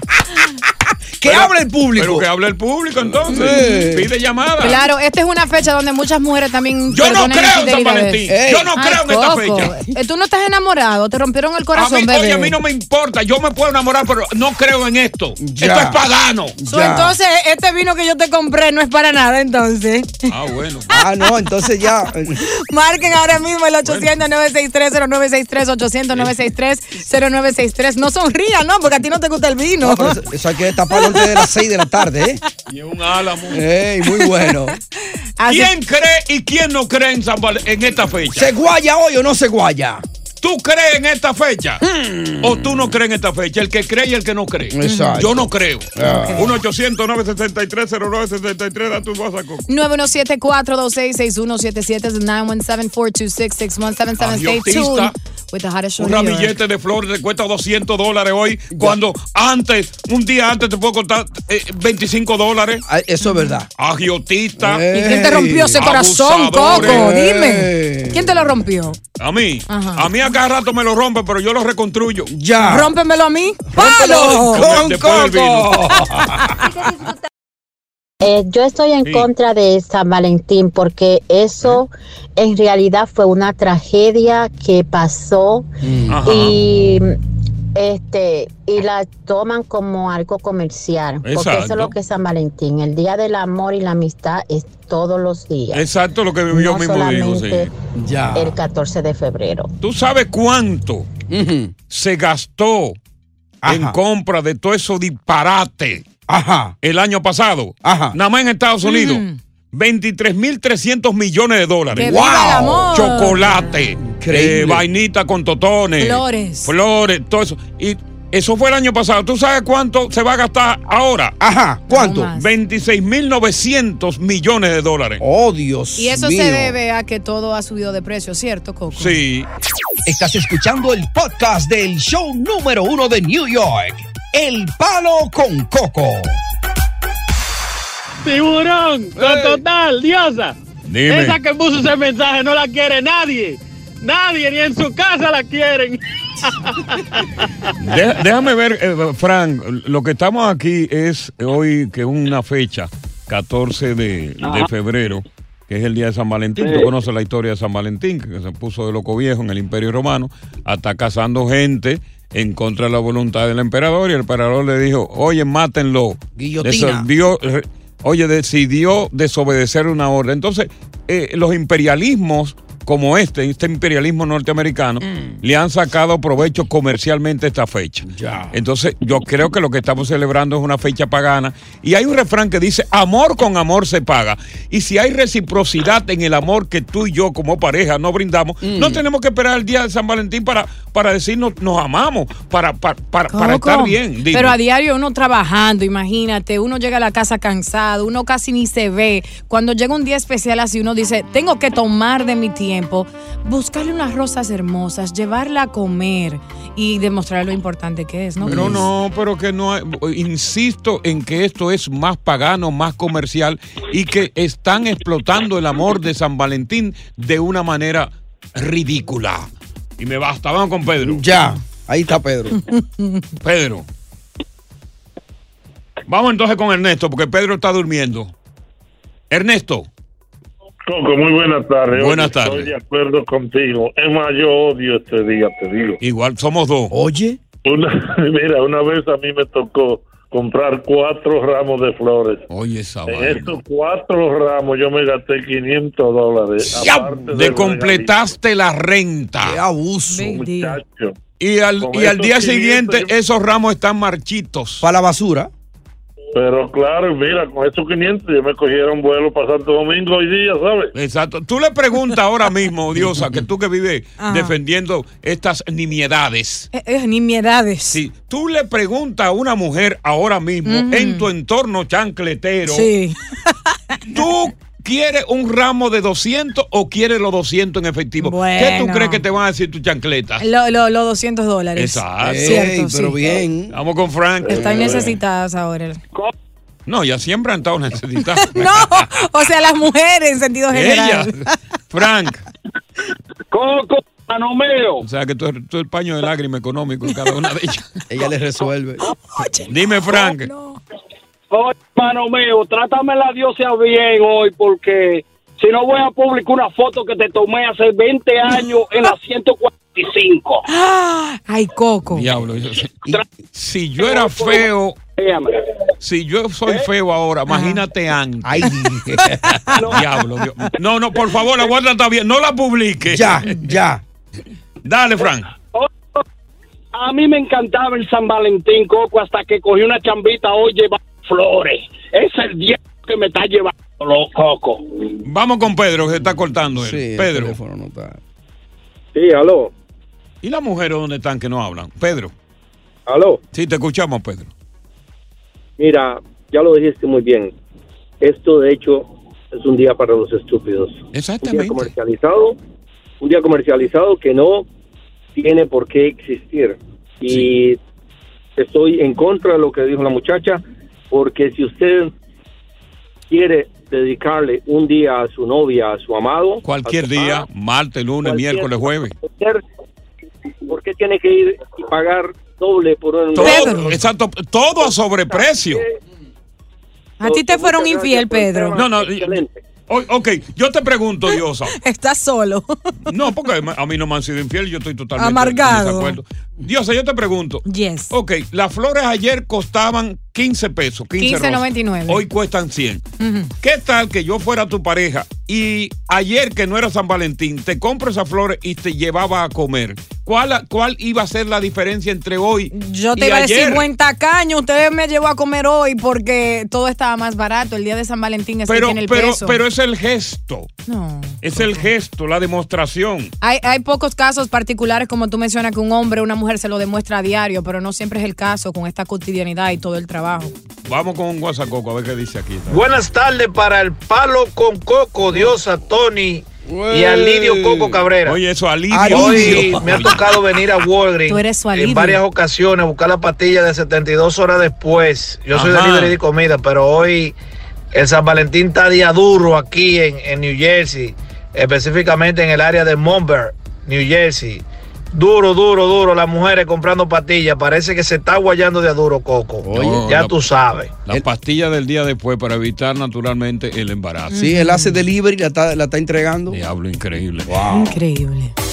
[SPEAKER 11] que hable el público.
[SPEAKER 6] Pero que hable el público entonces.
[SPEAKER 11] Sí.
[SPEAKER 6] Pide llamada.
[SPEAKER 9] Claro, esta es una fecha donde muchas mujeres también.
[SPEAKER 6] Yo no
[SPEAKER 9] perdonan
[SPEAKER 6] creo en San
[SPEAKER 9] infidelidades.
[SPEAKER 6] Valentín. Yo no creo en esta
[SPEAKER 9] Coco, eh, Tú no estás enamorado, te rompieron el corazón,
[SPEAKER 6] a mí,
[SPEAKER 9] bebé.
[SPEAKER 6] Oye, a mí no me importa. Yo me puedo enamorar, pero no creo en esto. Esto es pagano.
[SPEAKER 9] So, entonces, este vino que yo te compré no es para nada, entonces.
[SPEAKER 6] Ah, bueno.
[SPEAKER 11] Ah, no, entonces ya. eh,
[SPEAKER 9] Marquen ahora mismo el 800-963-0963, 800-963-0963. No sonrían, ¿no? Porque a ti no te gusta el vino.
[SPEAKER 11] No, pero eso, eso hay que taparlo antes de las 6 de la tarde, ¿eh?
[SPEAKER 6] Y es un álamo.
[SPEAKER 11] Ey, muy bueno.
[SPEAKER 9] Así-
[SPEAKER 6] ¿Quién cree y quién no cree en, San Val- en esta fecha?
[SPEAKER 11] ¿Se guaya hoy o no se guaya?
[SPEAKER 6] ¿Tú crees en esta fecha? ¿O tú no crees en esta fecha? El que cree y el que no cree.
[SPEAKER 11] Hmm. Exacto.
[SPEAKER 6] Yo no creo.
[SPEAKER 11] Ah.
[SPEAKER 6] 1-800-963-0963. Da tu WhatsApp, Coco.
[SPEAKER 9] 917-426-6177 is 917-426-6177. Stay
[SPEAKER 6] Agiotista.
[SPEAKER 9] tuned with the hottest show in
[SPEAKER 6] Una
[SPEAKER 9] New York.
[SPEAKER 11] eh.
[SPEAKER 6] billete de flores te cuesta 200 dólares hoy, cuando antes, un día antes te puedo costar eh, 25 dólares.
[SPEAKER 11] Ah, Eso es verdad.
[SPEAKER 6] Agiotista.
[SPEAKER 9] ¿Y quién te rompió ese corazón,
[SPEAKER 6] Abusadores.
[SPEAKER 9] Coco?
[SPEAKER 6] eh.
[SPEAKER 9] Dime. ¿Quién te lo rompió?
[SPEAKER 6] A mí.
[SPEAKER 9] Ajá.
[SPEAKER 6] A mí a cada rato me lo rompen, pero yo lo reconstruyo.
[SPEAKER 11] Ya.
[SPEAKER 9] Rómpemelo a mí. ¡Palo!
[SPEAKER 6] Después del vino.
[SPEAKER 17] Eh, yo estoy en contra de San Valentín porque eso en realidad fue una tragedia que pasó
[SPEAKER 18] Ajá.
[SPEAKER 17] y este y la toman como algo comercial porque eso
[SPEAKER 6] Exacto.
[SPEAKER 17] es lo que es San Valentín el día del amor y la amistad es todos los días
[SPEAKER 6] Exacto lo que yo
[SPEAKER 17] no
[SPEAKER 6] mismo digo, sí.
[SPEAKER 17] solamente
[SPEAKER 6] Ya.
[SPEAKER 17] el 14 de febrero
[SPEAKER 6] ¿Tú sabes cuánto se gastó en compra de todo eso disparate el año pasado? Nada más en Estados Unidos. 23.300 millones de dólares.
[SPEAKER 9] ¡Que viva el amor!
[SPEAKER 6] Chocolate,
[SPEAKER 11] Increíble.
[SPEAKER 6] eh, vainita con totones,
[SPEAKER 9] Flores.
[SPEAKER 6] flores, todo eso. Y eso fue el año pasado. ¿Tú sabes cuánto se va a gastar ahora? Ajá,
[SPEAKER 11] ¿cuánto? No más.
[SPEAKER 6] 26.900 millones de dólares.
[SPEAKER 11] Oh, Dios.
[SPEAKER 9] Y eso se
[SPEAKER 6] mío.
[SPEAKER 9] debe a que todo ha subido de precio, ¿cierto, Coco?
[SPEAKER 6] Sí.
[SPEAKER 11] Estás escuchando el podcast del show número uno de New York. El palo con coco.
[SPEAKER 19] Tiburón, con total, diosa.
[SPEAKER 6] Dime.
[SPEAKER 19] Esa que puso ese mensaje no la quiere nadie. Nadie, ni en su casa la quieren.
[SPEAKER 6] Deja- déjame ver, eh, Frank, lo que estamos aquí es hoy, que es una fecha, 14 de, de
[SPEAKER 15] Ajá.
[SPEAKER 6] febrero, que es el día de San Valentín. Tú
[SPEAKER 15] Sí.
[SPEAKER 6] conoces la historia de San Valentín, que se puso de loco viejo en el Imperio Romano, hasta cazando gente en contra de la voluntad del emperador, y el emperador le dijo, oye, mátenlo.
[SPEAKER 11] Guillotina.
[SPEAKER 6] Desolvió- re- oye, decidió desobedecer una orden. Entonces, eh, los imperialismos como este, este imperialismo norteamericano, le han sacado provecho comercialmente a esta fecha. Entonces, yo creo que lo que estamos celebrando es una fecha pagana. Y hay un refrán que dice, amor con amor se paga. Y si hay reciprocidad en el amor que tú y yo como pareja no brindamos, no tenemos que esperar el día de San Valentín para, para decirnos nos amamos, para, para, para, para
[SPEAKER 9] Coco,
[SPEAKER 6] estar bien. dime.
[SPEAKER 9] Pero a diario uno trabajando, imagínate, uno llega a la casa cansado, uno casi ni se ve. Cuando llega un día especial así, uno dice, tengo que tomar de mi tiempo, buscarle unas rosas hermosas, llevarla a comer y demostrar lo importante que es, ¿no?
[SPEAKER 6] Pero
[SPEAKER 9] crees?
[SPEAKER 6] no, pero que no, hay- insisto en que esto es más pagano, más comercial y que están explotando el amor de San Valentín de una manera ridícula. Y me basta, vamos con Pedro.
[SPEAKER 11] Ya, ahí está Pedro.
[SPEAKER 6] Pedro. Vamos entonces con Ernesto, porque Pedro está durmiendo. Ernesto.
[SPEAKER 20] Coco, muy buenas tardes.
[SPEAKER 6] Buenas
[SPEAKER 20] Oye,
[SPEAKER 6] tardes.
[SPEAKER 20] Estoy de acuerdo contigo. Es más, yo odio este día, te digo.
[SPEAKER 6] Igual, somos dos.
[SPEAKER 11] Oye.
[SPEAKER 20] mira, una vez a mí me tocó comprar cuatro ramos de flores.
[SPEAKER 6] Oye, esa
[SPEAKER 20] En
[SPEAKER 6] vaina.
[SPEAKER 20] estos cuatro ramos yo me gasté 500 dólares. aparte
[SPEAKER 6] De
[SPEAKER 20] del
[SPEAKER 6] completaste la renta. Qué abuso.
[SPEAKER 20] regalito.
[SPEAKER 6] Y al,
[SPEAKER 20] Con
[SPEAKER 6] y al
[SPEAKER 20] esos
[SPEAKER 6] día
[SPEAKER 20] 500
[SPEAKER 6] siguiente
[SPEAKER 20] yo-
[SPEAKER 6] esos ramos están marchitos.
[SPEAKER 11] Para la basura.
[SPEAKER 20] Pero claro, mira, con esos 500 yo me cogieron vuelo para Santo Domingo hoy día, ¿sabes?
[SPEAKER 6] Exacto. Tú le preguntas ahora mismo, Diosa, que tú que vives
[SPEAKER 9] Ajá.
[SPEAKER 6] defendiendo estas nimiedades.
[SPEAKER 9] Eh, eh, nimiedades.
[SPEAKER 6] Sí. Tú le preguntas a una mujer ahora mismo,
[SPEAKER 9] Ujú.
[SPEAKER 6] en tu entorno chancletero,
[SPEAKER 9] Sí.
[SPEAKER 6] ¿tú quieres un ramo de 200 o quieres los 200 en efectivo? ¿Qué tú
[SPEAKER 9] Bueno.
[SPEAKER 6] crees que te van a decir tus chancletas?
[SPEAKER 9] Lo, lo, lo 200 dólares.
[SPEAKER 6] Exacto. Eh.
[SPEAKER 9] Cierto, sí.
[SPEAKER 6] bien. Vamos con Frank.
[SPEAKER 9] Están necesitadas ahora.
[SPEAKER 6] No, ya siempre han estado necesitadas.
[SPEAKER 9] No, o sea, las mujeres en sentido general.
[SPEAKER 6] Ella. Frank. Coco Panomeo. O sea, que tú, eres- tú eres el paño de lágrima económico en cada una de ellas.
[SPEAKER 11] Ella le resuelve.
[SPEAKER 6] Dime, Frank.
[SPEAKER 10] Oye, hermano mío, trátame la diosa bien hoy porque si no voy a publicar una foto que te tomé hace 20 años en la 145.
[SPEAKER 9] Ay, Coco.
[SPEAKER 6] Diablo. eso sí. Si yo era feo. Si yo
[SPEAKER 15] ¿Eh?
[SPEAKER 6] soy feo ahora, imagínate antes. Ay, diablo. Dios. No, no, por favor, la guarda está bien. No la publique. Ya,
[SPEAKER 11] ya.
[SPEAKER 6] Dale, Frank.
[SPEAKER 10] A mí me encantaba el San Valentín, Coco, hasta que cogí una chambita hoy lleva flores. Es el diablo que me está llevando, lo- Coco.
[SPEAKER 6] Vamos con Pedro, que se está cortando él. Pedro.
[SPEAKER 15] Sí, aló.
[SPEAKER 6] ¿Y las mujeres dónde están que no hablan? Pedro.
[SPEAKER 15] Aló.
[SPEAKER 6] Sí, te escuchamos, Pedro.
[SPEAKER 15] Mira, ya lo dijiste muy bien. Esto, de hecho, es un día para los estúpidos.
[SPEAKER 6] Exactamente.
[SPEAKER 15] Un día comercializado, un día comercializado que no tiene por qué existir. Y estoy en contra de lo que dijo la muchacha, porque si usted quiere dedicarle un día a su novia, a su amado,
[SPEAKER 6] Cualquier día, martes, lunes,
[SPEAKER 15] Ah. Cualquier-
[SPEAKER 6] miércoles, jueves.
[SPEAKER 15] ¿por qué tiene que ir y pagar doble por un
[SPEAKER 6] Todo, exacto, todo a sobreprecio.
[SPEAKER 9] A ti te fueron infiel, Pedro.
[SPEAKER 6] No, no. o- ok, yo te pregunto, Diosa.
[SPEAKER 9] Estás solo.
[SPEAKER 6] No, porque me- a mí no me han sido infiel, yo estoy totalmente
[SPEAKER 9] Amargado.
[SPEAKER 6] en desacuerdo. Diosa, yo te pregunto.
[SPEAKER 9] Yes.
[SPEAKER 6] Ok, las flores ayer costaban 15 pesos, 15 rosas.
[SPEAKER 9] 15.99.
[SPEAKER 6] Hoy cuestan 100. ¿Qué tal que yo fuera tu pareja y ayer que no era San Valentín, te compro esas flores y te llevaba a comer? ¿Cuál, cuál iba a ser la diferencia entre hoy
[SPEAKER 9] Yo te
[SPEAKER 6] y
[SPEAKER 9] iba a
[SPEAKER 6] ayer?
[SPEAKER 9] decir buen tacaño, ustedes me llevó a comer hoy porque todo estaba más barato. El día de San Valentín es que
[SPEAKER 6] pero,
[SPEAKER 9] tiene el
[SPEAKER 6] pero,
[SPEAKER 9] peso.
[SPEAKER 6] pero es el gesto,
[SPEAKER 9] no.
[SPEAKER 6] es el gesto, la demostración.
[SPEAKER 9] Hay, hay pocos casos particulares, como tú mencionas, que un hombre o una mujer se lo demuestra a diario, pero no siempre es el caso con esta cotidianidad y todo el trabajo.
[SPEAKER 6] Vamos con un guasacoco a ver qué dice aquí.
[SPEAKER 1] Buenas tardes para el palo con coco, Diosa Tony y Alidio Coco Cabrera.
[SPEAKER 6] Oye, eso Alidio.
[SPEAKER 1] Hoy
[SPEAKER 6] Alidio.
[SPEAKER 1] me ha tocado venir a Walgreens
[SPEAKER 9] Tú eres su
[SPEAKER 1] en
[SPEAKER 9] Alidio.
[SPEAKER 1] varias ocasiones a buscar la pastilla de 72 horas después. Yo soy
[SPEAKER 6] Ajá.
[SPEAKER 1] delivery de comida, pero hoy el San Valentín está día duro aquí en, en New Jersey, específicamente en el área de Montverde, New Jersey. Duro, duro, duro, las mujeres comprando pastillas. Parece que se está guayando de a duro, Coco.
[SPEAKER 6] No,
[SPEAKER 1] ya
[SPEAKER 6] la-
[SPEAKER 1] tú sabes.
[SPEAKER 6] La pastilla del día después para evitar naturalmente el embarazo.
[SPEAKER 11] Sí, él hace delivery, la está, la está entregando.
[SPEAKER 6] Diablo, increíble.
[SPEAKER 9] Increíble.